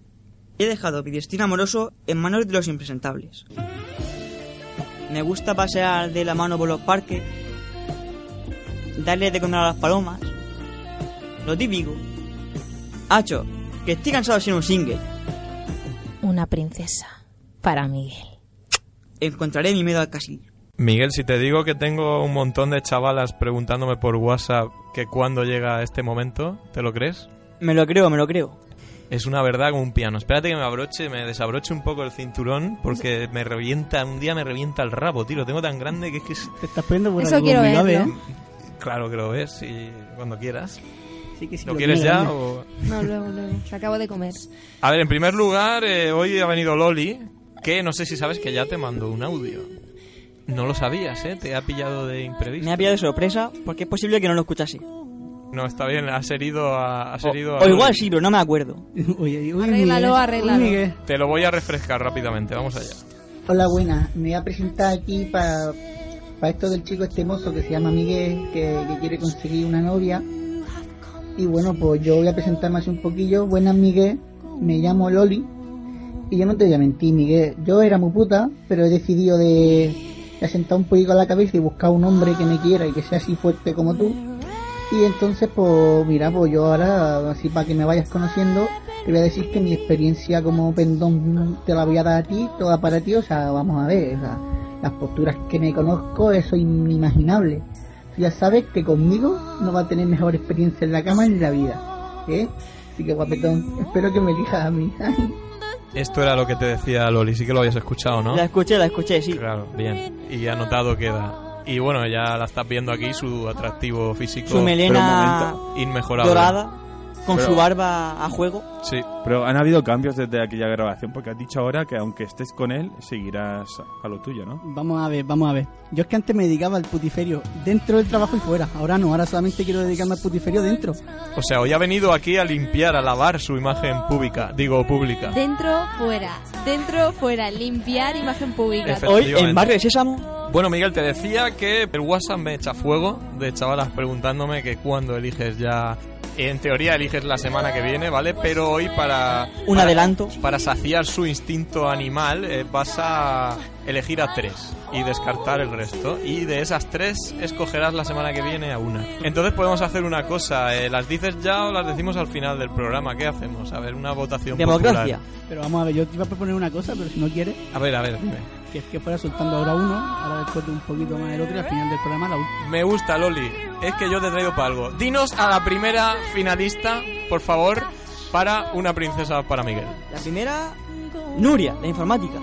He dejado mi destino amoroso en manos de los impresentables. Me gusta pasear de la mano por los parques, darle de comer a las palomas, lo típico. Hacho, que estoy cansado de ser un single. Una princesa para Miguel. Encontraré mi miedo al casillo. Miguel, si te digo que tengo un montón de chavalas preguntándome por WhatsApp que cuándo llega este momento, ¿te lo crees? Me lo creo, me lo creo. Es una verdad como un piano. Espérate que me abroche, me desabroche un poco el cinturón porque me revienta, un día me revienta el rabo, tío. Lo tengo tan grande que es que... es- Te estás poniendo buena Eso quiero algo muy verlo. grave, ¿eh? Claro que lo ves y cuando quieras. que sí, ¿Lo lo quieres tengo ya grande. o...? No, luego, luego. Te acabo de comer. A ver, en primer lugar, eh, hoy ha venido Loli, que no sé si sabes que ya te mandó un audio. No lo sabías, ¿eh? Te ha pillado de imprevisto. Me ha pillado de sorpresa porque es posible que no lo escuchase. No, está bien, has herido a... Has herido a O Loli. igual sí, pero no me acuerdo. Arréglalo, arréglalo. Te lo voy a refrescar rápidamente, vamos allá. Hola, buenas. Me voy a presentar aquí para esto del chico este mozo que se llama Miguel, que, que quiere conseguir una novia. Y bueno, pues yo voy a presentarme así un poquillo. Buenas, Miguel. Me llamo Loli. Y yo no te voy a mentir, Miguel. Yo era muy puta, pero he decidido de, de asentar un poquito la cabeza y buscar un hombre que me quiera y que sea así fuerte como tú. Y entonces, pues mira, pues yo ahora, así para que me vayas conociendo, te voy a decir que mi experiencia como pendón te la voy a dar a ti, toda para ti, o sea, vamos a ver, o sea, las posturas que me conozco, eso es inimaginable. Tú ya sabes que conmigo no va a tener mejor experiencia en la cama ni en la vida, ¿eh? Así que guapetón, espero que me elijas a mí. Esto era lo que te decía Loli, sí que lo habías escuchado, ¿no? La escuché, la escuché, sí. Claro, bien. Y anotado queda. Y bueno, ya la estás viendo aquí, su atractivo físico. Su melena inmejorable. dorada, con Pero- su barba a juego. Sí. Pero han habido cambios desde aquella grabación, porque has dicho ahora que aunque estés con él, seguirás a lo tuyo, ¿no? Vamos a ver, vamos a ver. Yo es que antes me dedicaba al putiferio dentro del trabajo y fuera. Ahora no, ahora solamente quiero dedicarme al putiferio dentro. O sea, hoy ha venido aquí a limpiar, a lavar su imagen pública. Digo, pública. Dentro, fuera. Dentro, fuera. Limpiar imagen pública. Efectivamente. Hoy en Barrio Sésamo. Bueno, Miguel, te decía que el WhatsApp me echa fuego de chavalas preguntándome que cuándo eliges ya. En teoría eliges la semana que viene, ¿vale? Pero hoy para... Un para- adelanto. Para saciar su instinto animal eh, vas a elegir a tres y descartar el resto. Y de esas tres escogerás la semana que viene a una. Entonces podemos hacer una cosa. eh, ¿Las dices ya o las decimos al final del programa? ¿Qué hacemos? A ver, una votación Democracia. popular. Pero vamos a ver, yo te iba a proponer una cosa, pero si no quieres, A ver, a ver, dime. que es que fuera soltando ahora uno, ahora después de un poquito más del otro y al final del programa la última. Me gusta, Loli. Es que yo te he traído para algo. Dinos a la primera finalista, por favor, para una princesa para Miguel. La primera, Nuria, la informática.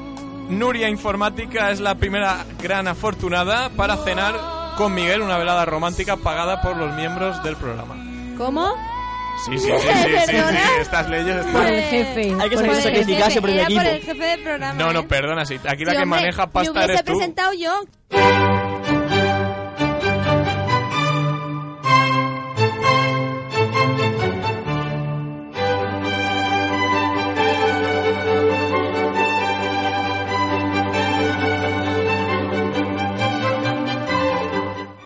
Nuria Informática es la primera gran afortunada para cenar con Miguel, una velada romántica pagada por los miembros del programa. ¿Cómo? Sí, sí, sí, sí, sí, ¿Perdona? sí, estas leyes están... Hay que Pues, Por el sacrificarse jefe, por el era equipo. por el jefe del programa. pues- No, no, perdona, sí. Aquí la Sí, que hombre, maneja me pasta hubiese eres tú. presentado yo.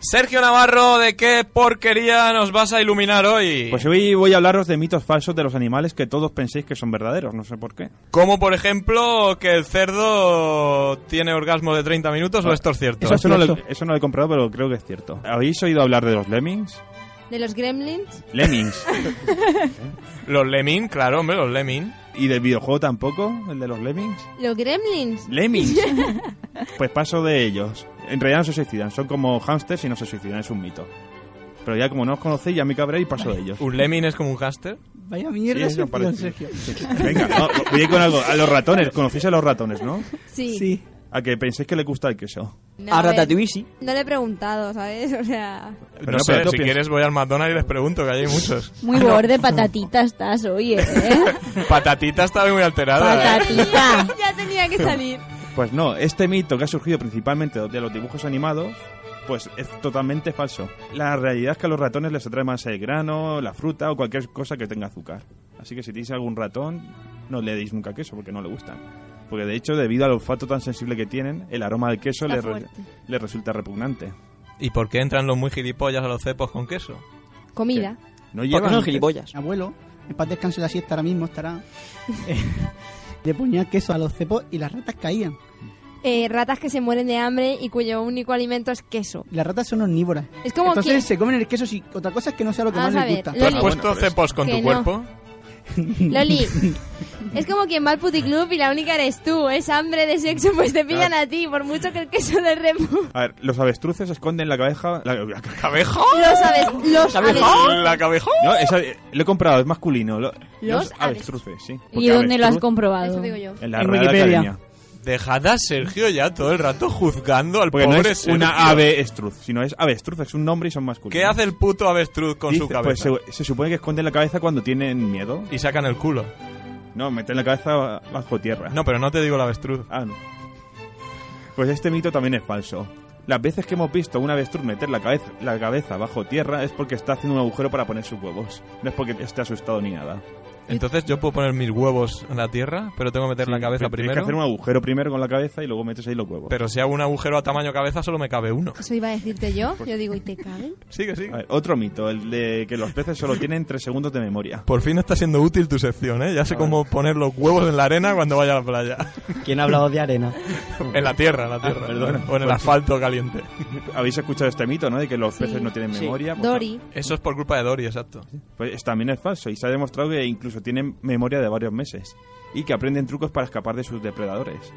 Sergio Navarro, ¿de qué porquería nos vas a iluminar hoy? Pues hoy voy a hablaros de mitos falsos de los animales que todos penséis que son verdaderos, no sé por qué. Como por ejemplo que el cerdo tiene orgasmo de 30 minutos, o esto es cierto. Ah, Eso, no lo, eso no lo he comprado, pero creo que es cierto. ¿Habéis oído hablar de los lemmings? ¿De los gremlins? Lemmings. los lemmings, claro, hombre, los lemmings. ¿Y del videojuego tampoco? ¿El de los lemmings? ¿Los gremlins? Lemmings. Pues paso de ellos. En realidad no se suicidan, son como hámsters y no se suicidan, es un mito. Pero ya como no os conocéis, ya me cabré y paso de ellos. ¿Un lemming es como un hámster? Vaya mierda, Sí, eso es parece. Sergio. Venga, no, voy a ir con algo. A los ratones, conocéis a los ratones, ¿no? Sí. A que penséis que le gusta el queso. No, A a ver. Ratatouille, sí. No le he preguntado, ¿sabes? O sea... Pero no, no sé, pero tú si piensas- quieres voy al McDonald's y les pregunto, que allí hay muchos. Muy borde patatita estás, oye, ¿eh? Patatita estaba muy alterada. ¿eh? Patatita. ya tenía que salir. Pues no, este mito que ha surgido principalmente de los dibujos animados, pues es totalmente falso. La realidad es que a los ratones les atrae más el grano, la fruta o cualquier cosa que tenga azúcar. Así que si tenéis algún ratón, no le deis nunca queso porque no le gustan. Porque de hecho, debido al olfato tan sensible que tienen, el aroma del queso Está les, re- fuerte. les resulta repugnante. ¿Y por qué entran los muy gilipollas a los cepos con queso? Comida. No llevan- llevan gilipollas? Abuelo. En paz descanse la siesta ahora mismo estará. eh, le ponía queso a los cepos y las ratas caían. Eh, ratas que se mueren de hambre y cuyo único alimento es queso. Las ratas son omnívoras. Es como Entonces que- se comen el queso si otra cosa es que no sea lo que Vamos más a les ver, gusta. ¿Tú has Loli. puesto cepos con Que tu no. cuerpo? Loli, es como quien va al puticlub y la única eres tú. Es hambre de sexo, pues te pillan a ti, por mucho que el queso de remo. A ver, los avestruces esconden la cabeza. ¿La, la cabeza? Los sabes, los sabes. ¿La cabeza? No, esa- eh, lo he comprado, es masculino. lo- Los los avestruces, sí. ¿Y Porque dónde lo has avestruz- comprobado? Eso digo yo. En la Real Academia. Dejad a Sergio ya todo el rato juzgando al Porque no pobre es una Sergio. avestruz, sino es avestruz, es un nombre y son masculinos. ¿Qué hace el puto avestruz con su Dice- cabeza? Pues se, se supone que esconden la cabeza cuando tienen miedo. Y sacan el culo. No, meten la cabeza bajo tierra. No, pero no te digo el avestruz. Ah, no. Pues este mito también es falso. Las veces que hemos visto a un avestruz meter la cabeza, la cabeza bajo tierra es porque está haciendo un agujero para poner sus huevos. No es porque esté asustado ni nada. Entonces yo puedo poner mis huevos en la tierra, pero tengo que meter la cabeza Pero Tienes que primero. hacer un agujero primero con la cabeza y luego metes ahí los huevos. Pero si hago un agujero a tamaño cabeza solo me cabe uno. Eso iba a decirte yo. Yo digo, ¿y te caben? Sigue, sigue. A ver, otro mito, el de que los peces solo tienen 3 segundos de memoria. Por fin está siendo útil tu sección, ¿eh? Ya sé cómo poner los huevos en la arena cuando vaya a la playa. ¿Quién ha hablado de arena? En la tierra, en la tierra. Ah, perdona. O en el asfalto caliente. Habéis escuchado este mito, ¿no? De que los peces no tienen Sí. memoria. Pues, Dori. Eso es por culpa de Dory, exacto. Pues también es falso y se ha demostrado que incluso tienen memoria de varios meses y que aprenden trucos para escapar de sus depredadores,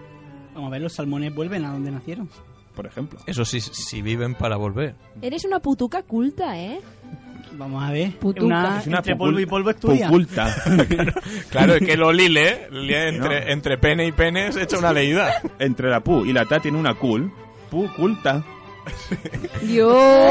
Vamos a ver, los salmones vuelven a donde nacieron. por ejemplo. Eso sí, si viven para volver. Eres una putuca culta, ¿eh? Vamos a ver. Putuca. Una, Es una entre pupul- polvo y polvo estudia. puculta. Claro, es que lo lile, ¿eh? lile entre, entre pene y pene se echa una leída. Entre la pu y la ta tiene una cool. Pu culta. Dios.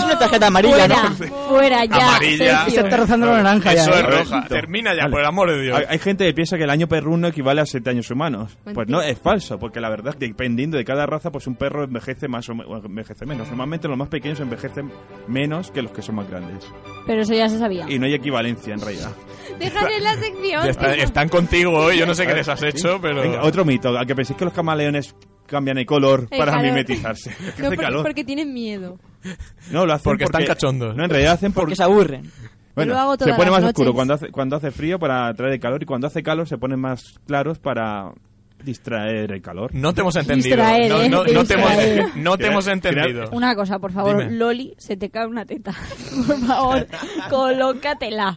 Es una tarjeta amarilla, fuera, ¿no? Este Fuera ya. Amarilla. Sergio. Eso ¿eh? es roja. Termina ya, por el amor de Dios. Hay, hay gente que piensa que el año perruno equivale a 7 años humanos. Pues Mentira. no, es falso, porque la verdad, dependiendo de cada raza, pues un perro envejece más o, me- o envejece menos. Normalmente los más pequeños envejecen menos que los que son más grandes. Pero eso ya se sabía. Y no hay equivalencia en realidad. Déjale la sección. Ya está- Eh, están contigo hoy, yo no sé qué les has Sí. hecho, pero... Venga, otro mito, a que penséis que los camaleones cambian de color El para calor. mimetizarse. Es que No, hace porque, calor. porque tienen miedo. No, lo hacen Porque están cachondos. No, en realidad hacen por- Porque se aburren. Bueno, Yo lo hago se todas pone las más noches. oscuro cuando hace, cuando hace frío para atraer el calor y cuando hace calor se ponen más claros para distraer el calor. No te hemos entendido. Distraer, No- ¿eh? no- no te hemos- Distraer. no te hemos entendido. Una cosa, por favor, Dime. Loli, se te cae una teta. Por favor, colócatela.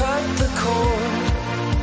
Cut the cord.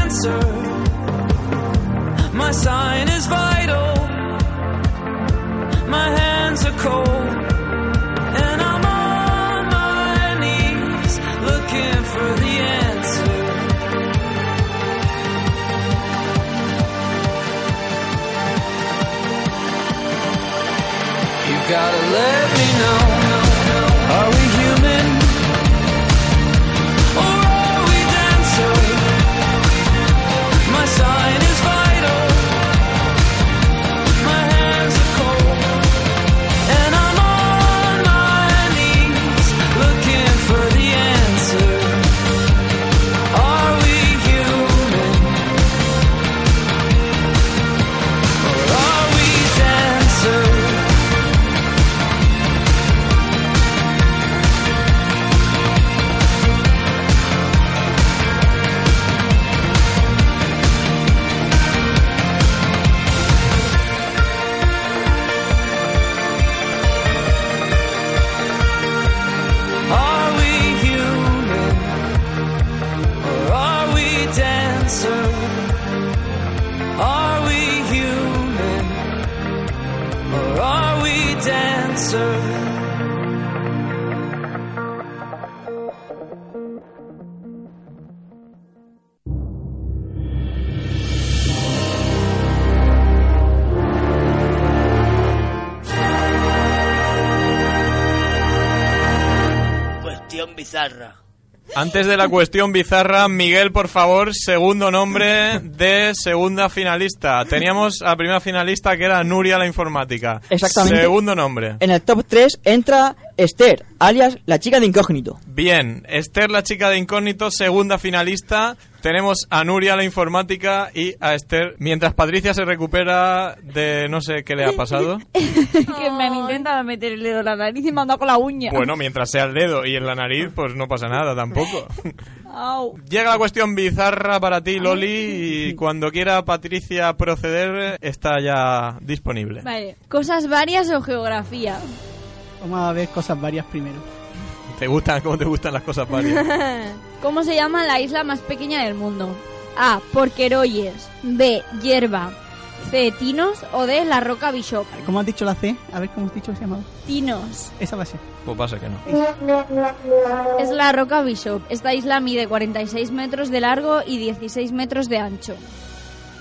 answer. My sign is vital. My hands are cold. And I'm on my knees looking for the answer. You gotta let me know. Are we human? Or are we dancing? My sign is vital. My hands are cold. And I'm on my knees looking for the answer. Are we human? Or are we dancers? Are we human or are we dancer? Are we human or are we dancer? Cuestión bizarra. Antes de la cuestión bizarra, Miguel, por favor, segundo nombre de segunda finalista. Teníamos a primera finalista que era Nuria la informática. Exactamente. Segundo nombre. En el top 3 entra Esther, alias la chica de incógnito. Bien, Esther la chica de incógnito, segunda finalista. Tenemos a Nuria la informática y a Esther. Mientras Patricia se recupera de no sé qué le ha pasado. que me han intentado meter el dedo en la nariz y me han dado con la uña. Bueno, mientras sea el dedo y en la nariz, pues no pasa nada tampoco. Au. Llega la cuestión bizarra para ti, Loli, y cuando quiera Patricia proceder, está ya disponible. Vale, cosas varias o geografía. Vamos a ver cosas varias primero. ¿Te gustan? ¿Cómo te gustan las cosas varias? ¿Cómo se llama la isla más pequeña del mundo? A. Porqueroyes. B. Hierba. C. Tinos. O D. La Roca Bishop. ¿Cómo has dicho la C? A ver cómo has dicho que se llamaba. Tinos. Esa va a ser. Pues pasa que no. Es la Roca Bishop. Esta isla mide 46 metros de largo y 16 metros de ancho.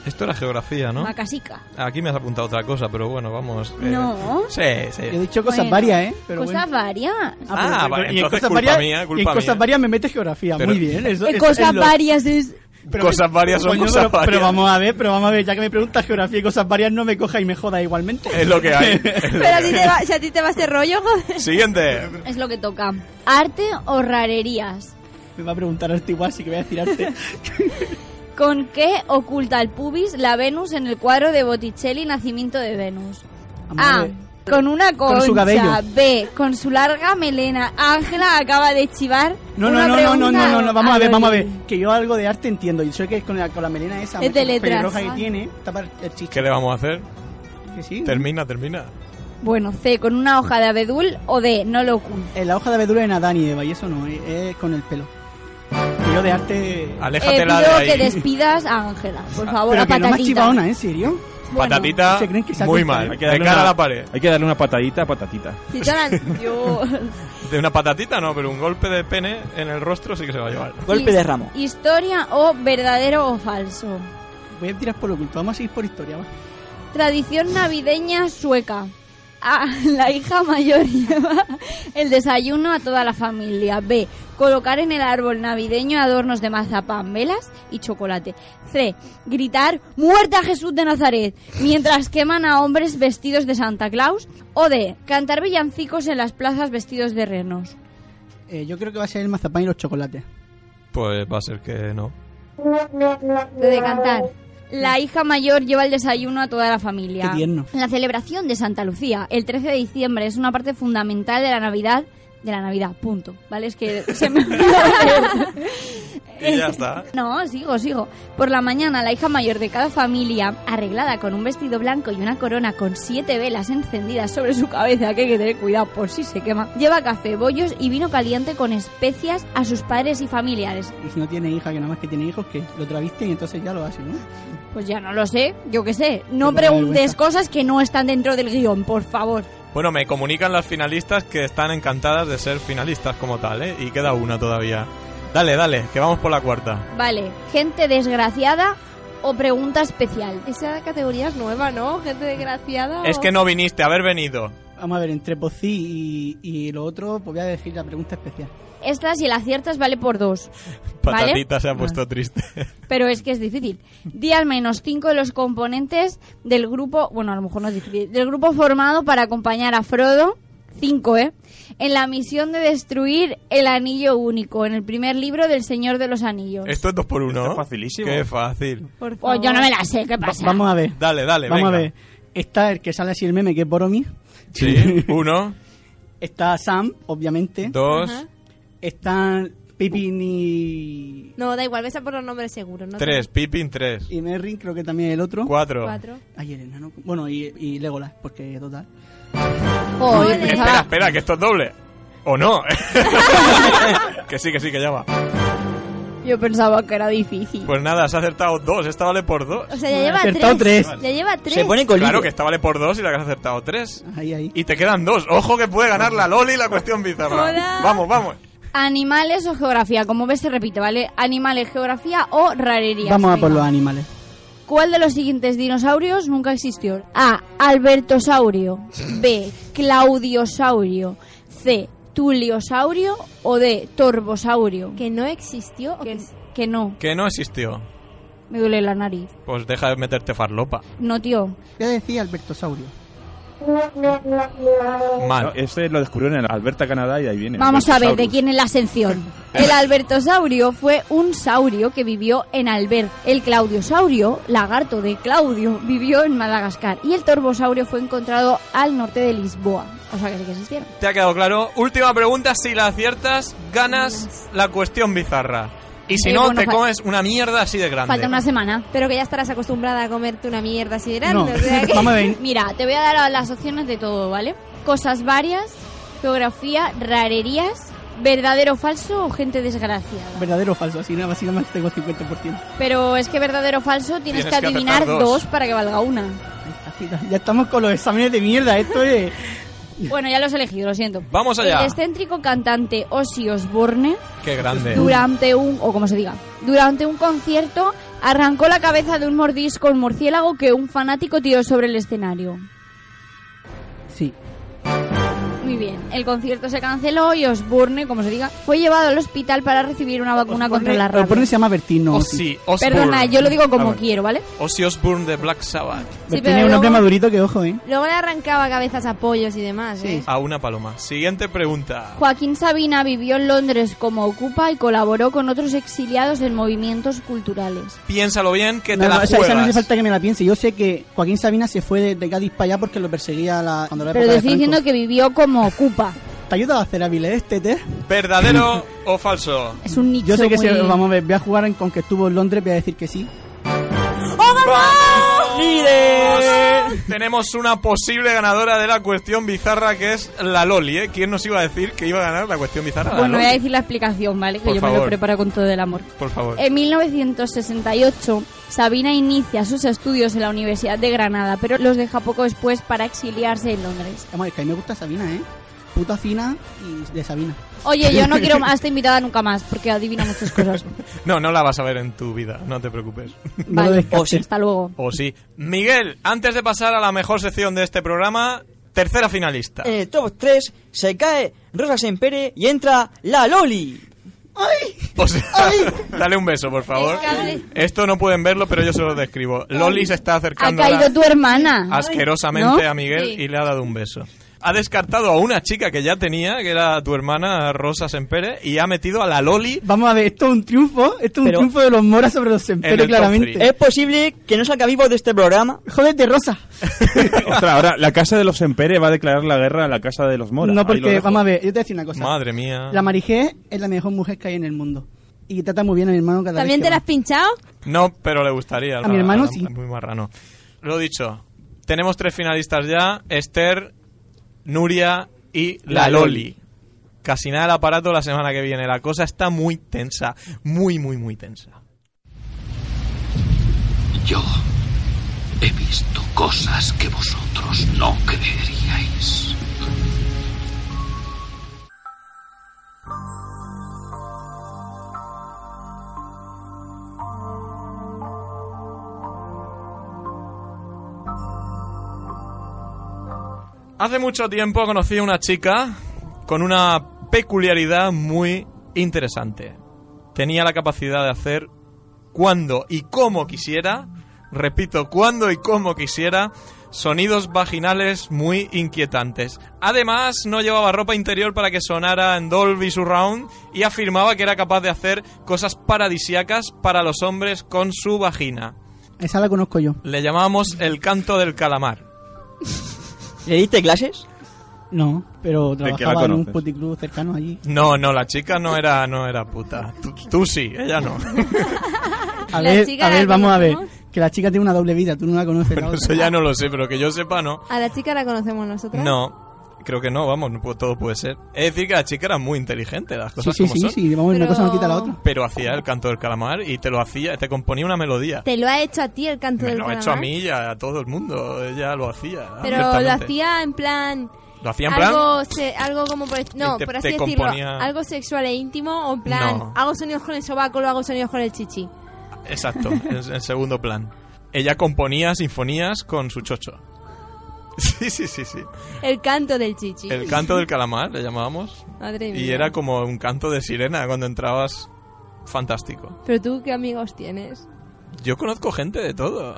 Esto era geografía, ¿no? La casica. Aquí me has apuntado otra cosa, pero bueno, vamos. eh, No. Sí, sí. He dicho cosas varias, ¿eh? Pero Cosas bueno. varias. Ah, pero- vale, y en entonces cosas culpa varias- mía, y en culpa cosas mía. varias me metes geografía. Pero- Muy bien. eso- Eh, eso cosas es lo- varias es... Cosas varias son Coño, cosas pero, varias. Pero vamos a ver, pero vamos a ver, ya que me preguntas geografía y cosas varias, no me coja y me joda igualmente. Es lo que hay. Pero si, te va, si a ti te va este rollo, joder. Siguiente. Es lo que toca. Arte o rarerías. Me va a preguntar arte igual, así que voy a decir arte. ¿Con qué oculta el pubis la Venus en el cuadro de Botticelli Nacimiento de Venus? Amable. A. Con una concha. Con su cabello. B. Con su larga melena. Ángela acaba de chivar. No, no, no, no, una no, pregunta no, no, no, vamos a ver, Loli. vamos a ver. Que yo algo de arte entiendo. Yo sé que es con la, con la melena esa Es de letras. roja que tiene, tapa el chicho. ¿Qué le vamos a hacer? Que sí. Termina, termina. Bueno, C. Con una hoja de abedul o D. No lo oculta. Eh, la hoja de abedulo en Adán y Eva, y eso no, eh, es con el pelo. Que Yo de arte. Eh, pido que despidas a Ángela, por favor, Ah, Pero a que no me has patatita. chivado una, ¿en serio? Patatita, ¿se creen que se ha muy cortado? mal. Hay que De darle cara a una- la pared. Hay que darle una patadita a patatita. Si te la- yo- De una patatita no, pero un golpe de pene en el rostro sí que se va a llevar. Golpe de ramo. Historia o verdadero o falso. Voy a tirar por lo culpa, vamos a seguir por historia, va. Tradición navideña sueca. A. La hija mayor lleva el desayuno a toda la familia. B. Colocar en el árbol navideño adornos de mazapán, velas y chocolate. C. Gritar ¡Muerta Jesús de Nazaret! mientras queman a hombres vestidos de Santa Claus. O D. Cantar villancicos en las plazas vestidos de renos. Eh, yo creo que va a ser el mazapán y los chocolates. Pues va a ser que no. Lo de cantar. La hija mayor lleva el desayuno a toda la familia. Qué tierno. La celebración de Santa Lucía, el 13 de diciembre, es una parte fundamental de la Navidad. De la Navidad, punto. ¿Vale? Es que se me olvida. Y ya está. No, sigo, sigo. Por la mañana, la hija mayor de cada familia, arreglada con un vestido blanco y una corona con siete velas encendidas sobre su cabeza, que hay que tener cuidado por si se quema, lleva café, bollos y vino caliente con especias a sus padres y familiares. Y si no tiene hija, que nada más que tiene hijos, que lo travisten y entonces ya lo hacen, ¿no? Pues ya no lo sé, yo qué sé. No Qué preguntes vergüenza. cosas que no están dentro del guión, por favor. Bueno, me comunican las finalistas que están encantadas de ser finalistas como tal, ¿eh? Y queda una todavía. Dale, dale, que vamos por la cuarta. Vale, gente desgraciada o pregunta especial. Esa categoría es nueva, ¿no? Gente desgraciada. Es que no viniste, haber venido. Vamos a ver, entre Pozzi y, y lo otro, pues voy a decir la pregunta especial. Esta, si la aciertas, vale por dos. ¿Vale? Ah, Patatita se ha puesto triste. Pero es que es difícil. Di al menos cinco de los componentes del grupo, bueno, a lo mejor no es difícil, del grupo formado para acompañar a Frodo, cinco, ¿eh? En la misión de destruir el Anillo Único, en el primer libro del Señor de los Anillos. Esto es dos por uno. es facilísimo. Qué fácil. Pues yo no me la sé, ¿qué Va- pasa? vamos a ver. Dale, dale, Vamos venga. a ver. Está el que sale así el meme, que es Boromir. Sí, uno, Está Sam, obviamente. Dos. Ajá. Están Pippin y... No, da igual, besa por los nombres seguros. ¿no? tres, Pippin, tres. Y Merrin, creo que también el otro. Cuatro. Cuatro. Ay, el enano. Bueno, y, y Legolas, porque total. Joder, Espera, espera, que esto es doble. ¿O no? que sí, que sí, que ya va. Yo pensaba que era difícil. Pues nada, has acertado dos, esta vale por dos. O sea, ya lleva tres. Ya lleva tres. Claro que esta vale por dos y la que has acertado tres. Ahí, ahí. Y te quedan dos. Ojo que puede ganar la Loli y la cuestión bizarra. Hola. Vamos, vamos. Animales o geografía, como ves se repite, ¿vale? Animales, geografía o rarerías. Vamos a por Venga. los animales. ¿Cuál de los siguientes dinosaurios nunca existió? A. Albertosaurio. B. Claudiosaurio. C. Tuliosaurio. O D. Torbosaurio. ¿Que no existió? que, que no. Que no existió. Me duele la nariz. Pues deja de meterte farlopa. No, tío. ¿Qué decía Albertosaurio? No, este lo descubrió en el Alberta, Canadá, y ahí viene. Vamos a ver de Albertosaurus. quién es la ascensión. El albertosaurio fue un saurio que vivió en Albert. El claudiosaurio, lagarto de Claudio, vivió en Madagascar. Y el torbosaurio fue encontrado al norte de Lisboa. O sea que sí que existieron. ¿Te ha quedado claro? Última pregunta, si la aciertas, ganas la cuestión bizarra. Y si Eh, no, bueno, te fa- comes una mierda así de grande. Falta una semana. Pero que ya estarás acostumbrada a comerte una mierda así de grande. No. o sea que- Vamos a ver. Mira, te voy a dar las opciones de todo, ¿vale? Cosas varias, geografía, rarerías, verdadero o falso o gente desgraciada. ¿Verdadero o falso? Así nada más, así nada más tengo 50%. Pero es que verdadero o falso Tienes tienes, que que adivinar acertar dos. dos. para que valga una. Ya estamos con los exámenes de mierda, esto es... Bueno, ya los he elegido, lo siento. Vamos allá. El excéntrico cantante Ozzy Osbourne Qué grande. durante un o como se diga, durante un concierto arrancó la cabeza de un mordisco un murciélago que un fanático tiró sobre el escenario. Sí. Muy bien, el concierto se canceló y Osbourne, como se diga, fue llevado al hospital para recibir una vacuna contra la Lo rabia. se llama Bertino. Oh, sí, Osbourne. Perdona, yo lo digo Ah, como vale. quiero, ¿vale? Ozzy Osbourne de Black Sabbath. Tiene un hombre madurito que ojo, ¿eh? Luego le arrancaba cabezas a pollos y demás, ¿eh? A una paloma. Siguiente pregunta. Joaquín Sabina vivió en Londres como ocupa y colaboró con otros exiliados en movimientos culturales. Piénsalo bien, que te No, la no, esa, esa no hace juegas. falta que me la piense. Yo sé que Joaquín Sabina se fue de, de Cádiz para allá porque lo perseguía la, cuando la época Pero te de estoy Franco. diciendo que vivió como ocupa. ¿Te ha ayudado a hacer hábiles este test? ¿Verdadero o falso? Es un nicho Yo sé que muy- se, vamos a ver, voy a jugar en- con que estuvo en Londres, voy a decir que sí. ¡Mire! Tenemos una posible ganadora de la cuestión bizarra que es la Loli, ¿eh? ¿Quién nos iba a decir que iba a ganar la cuestión bizarra? La Bueno, Pues voy a Loli. decir la explicación, ¿vale? Que Ah, Por yo me lo favor. preparo con todo el amor. Por favor. En 1968, Sabina inicia sus estudios en la Universidad de Granada, pero los deja poco después para exiliarse en Londres. Vamos a ver, que a mí me gusta Sabina, ¿eh? Puta fina y de Sabina. Oye, yo no quiero a esta invitada nunca más, porque adivina muchas cosas. No, no la vas a ver en tu vida, no te preocupes. Vale, hasta luego. O sí. Miguel, antes de pasar a la mejor sección de este programa, tercera finalista. Eh. En el top 3 se cae Rosa Sempere y entra la Loli. O sea, dale un beso, por favor. Esto no pueden verlo, pero yo se lo describo. Loli se está Ha acercando a la- caído tu hermana. asquerosamente ¿No? a Miguel Sí. y le ha dado un beso. Ha descartado a una chica que ya tenía, que era tu hermana Rosa Sempere, y ha metido a la Loli. Vamos a ver, esto es un triunfo, esto es un triunfo de los moras sobre los en el Sempere, top claramente. three. ¿Es posible que no salga vivo de este programa? Jódete, Rosa. Ostras, ahora la casa de los Empere va a declarar la guerra a la casa de los Mora. No, Ahí lo porque, dejo. vamos a ver, yo te voy a decir una cosa. Madre mía. La Marigé es la mejor mujer que hay en el mundo. y trata muy bien a mi hermano cada ¿También te vez. la has pinchado? No, pero le gustaría. A mi hermano es sí. muy marrano. Lo dicho, tenemos tres finalistas ya: Esther, Nuria y la, La Loli. Loli. Casi nada el aparato la semana que viene. La cosa está muy tensa. Muy, muy, muy tensa. Yo he visto cosas que vosotros no creeríais. Hace mucho tiempo conocí a una chica con una peculiaridad muy interesante. Tenía la capacidad de hacer cuando y como quisiera, repito, cuando y como quisiera, sonidos vaginales muy inquietantes. Además, no llevaba ropa interior para que sonara en Dolby Surround y afirmaba que era capaz de hacer cosas paradisiacas para los hombres con su vagina. Esa la conozco yo. Le llamábamos el canto del calamar. ¿Le diste clases? No, pero ¿De qué la trabajaba en un conoces? puticlub cercano allí. No, no, la chica no era, no era puta. Tú, tú sí, ella no. A La ver, chica a la ver, vamos a ver. conocemos. Que la chica tiene una doble vida, tú no la conoces. la Pero otra. eso ya no lo sé, pero que yo sepa no. ¿A la chica la conocemos nosotros? No, creo que no, vamos, no puedo- todo puede ser. Es decir, que la chica era muy inteligente, las Sí, cosas sí, como sí, son. sí, vamos, una Pero- cosa no quita la otra. Pero hacía el canto del calamar y te lo hacía, te componía una melodía. ¿Te lo ha hecho a ti el canto Me del lo ha calamar? hecho a mí y a todo el mundo, ella lo hacía. Pero lo abiertamente. hacía en plan... ¿Lo hacía en plan? Algo, se- algo como por... No, Te- por así te decirlo. componía- Algo sexual e íntimo o en plan... No. Hago sonidos con el sobaco, lo hago sonidos con el chichi. Exacto, en, en segundo plan. Ella componía sinfonías con su chocho. Sí, sí, sí, sí. El canto del chichi. El canto del calamar, le llamábamos. Madre mía. Y era como un canto de sirena cuando entrabas. Fantástico. Pero tú, ¿qué amigos tienes? Yo conozco gente de todo.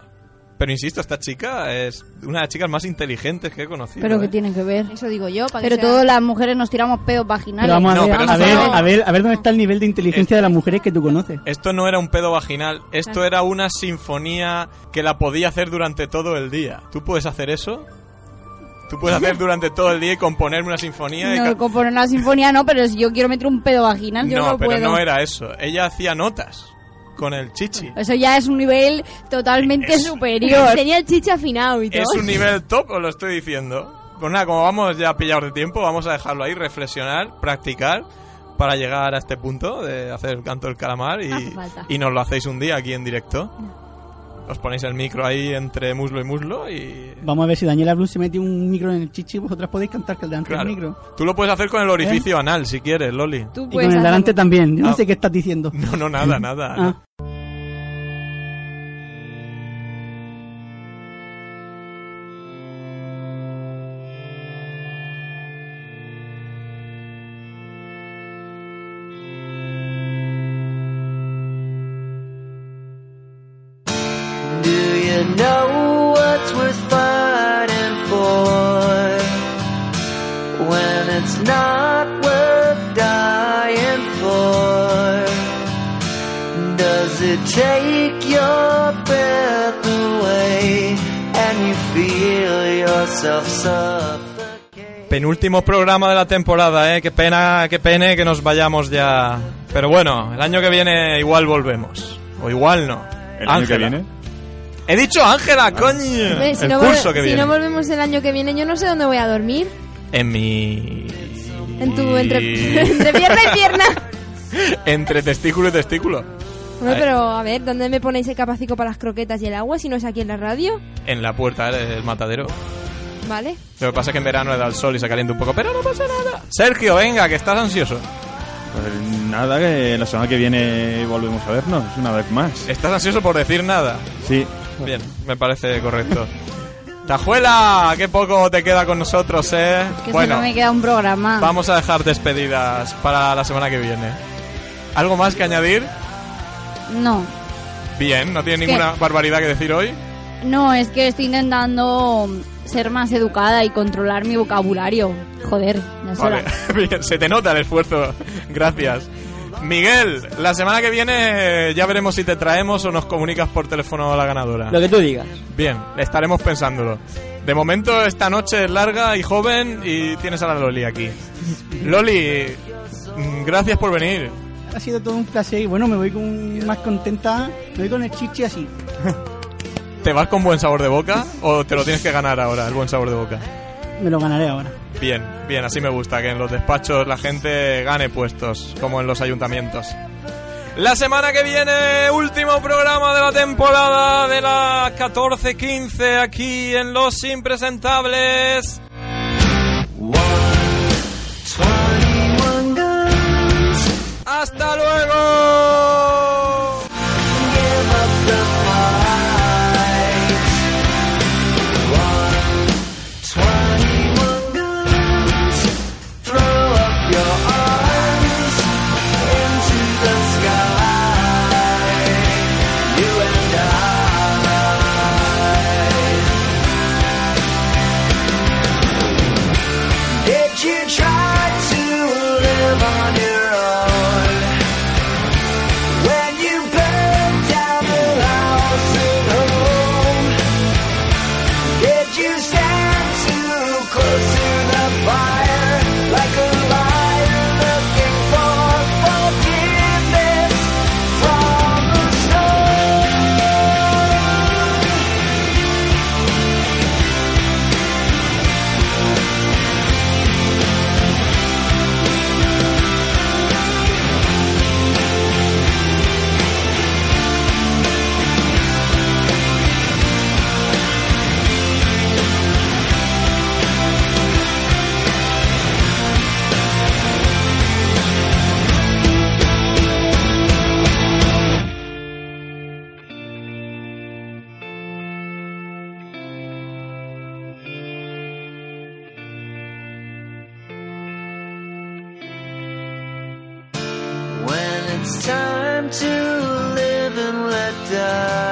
Pero insisto, esta chica es una de las chicas más inteligentes que he conocido. Pero ¿eh? que tiene que ver. Eso digo yo. Pero todas las mujeres nos tiramos peos vaginales. Pero vamos a No, ver, pero a, eso ver, no. Eh, a ver, a ver dónde está el nivel de inteligencia de las mujeres que tú conoces. Esto no era un pedo vaginal, esto Claro. era una sinfonía que la podía hacer durante todo el día. ¿Tú puedes hacer eso? Tú puedes hacer durante todo el día y componerme una sinfonía. y ca- No, componer una sinfonía no, pero si yo quiero meter un pedo vaginal, yo no, no pero puedo. no era eso. Ella hacía notas con el chichi. Eso ya es un nivel totalmente Es- superior. Tenía el chichi afinado y todo. Es un nivel top, os lo estoy diciendo. Pues nada, como vamos ya pillados de tiempo, vamos a dejarlo ahí, reflexionar, practicar para llegar a este punto de hacer el canto del calamar y, No hace falta. y nos lo hacéis un día aquí en directo. Os ponéis el micro ahí entre muslo y muslo y... Vamos a ver si Daniela Blue se mete un micro en el chichi, vosotras podéis cantar que el delante Claro. del micro. Tú lo puedes hacer con el orificio anal si quieres, Loli. Y con el delante también. Yo no sé qué estás diciendo. Ah. No, no, nada, nada. Ah. Do you know what's worth fighting for? When it's not worth dying for? Does it take your breath away and you feel yourself suffer? Penúltimo programa de la temporada, ¿eh? Qué pena, qué pene que nos vayamos ya. Pero bueno, el año que viene igual volvemos. O igual no. ¿El año que Ángela. viene? He dicho Ah. Ángela, coño. Hombre, si el no vol- curso que si viene. no volvemos el año que viene, yo no sé dónde voy a dormir. en mi... En tu entre, entre pierna y pierna. Entre testículo y testículo. Bueno, Ahí, pero a ver, ¿dónde me ponéis el capacico para las croquetas y el agua si no es aquí en la radio? En la puerta del matadero. ¿Vale? Lo que pasa es que en verano le da el sol y se calienta un poco, pero no pasa nada. Sergio, venga, que estás ansioso. Pues nada, que la semana que viene volvemos a vernos una vez más. ¿Estás ansioso por decir nada? Sí. Bien, me parece correcto. Tajuela, qué poco te queda con nosotros, ¿eh? Que bueno, solo me queda un programa. vamos a dejar despedidas para la semana que viene. ¿Algo más que añadir? No. Bien, no tiene Es que- ninguna barbaridad que decir hoy. No, es que estoy intentando ser más educada y controlar mi vocabulario. Joder, no sé. Vale, la- bien, se te nota el esfuerzo. Gracias. Miguel, la semana que viene eh, ya veremos si te traemos o nos comunicas por teléfono a la ganadora. Lo que tú digas. Ah. Bien, estaremos pensándolo. De momento esta noche es larga y joven y tienes a la Loli aquí. Loli, mm, gracias por venir. ha sido todo un placer y bueno, me voy con más contenta, me voy con el chichi así. ¿Te vas con buen sabor de boca o te lo tienes que ganar ahora, el buen sabor de boca? Me lo ganaré ahora. Bien, bien, así me gusta, que en los despachos la gente gane puestos, como en los ayuntamientos. La semana que viene, último programa de la temporada de la 14-15 aquí en Los Impresentables. ¡Hasta luego! Throw up your arms into the sky, you and I. Did you try to live on your own when you burned down the house at home? Did you stand too close to the fire like a liar looking for forgiveness from the storm? When it's time to live and let die.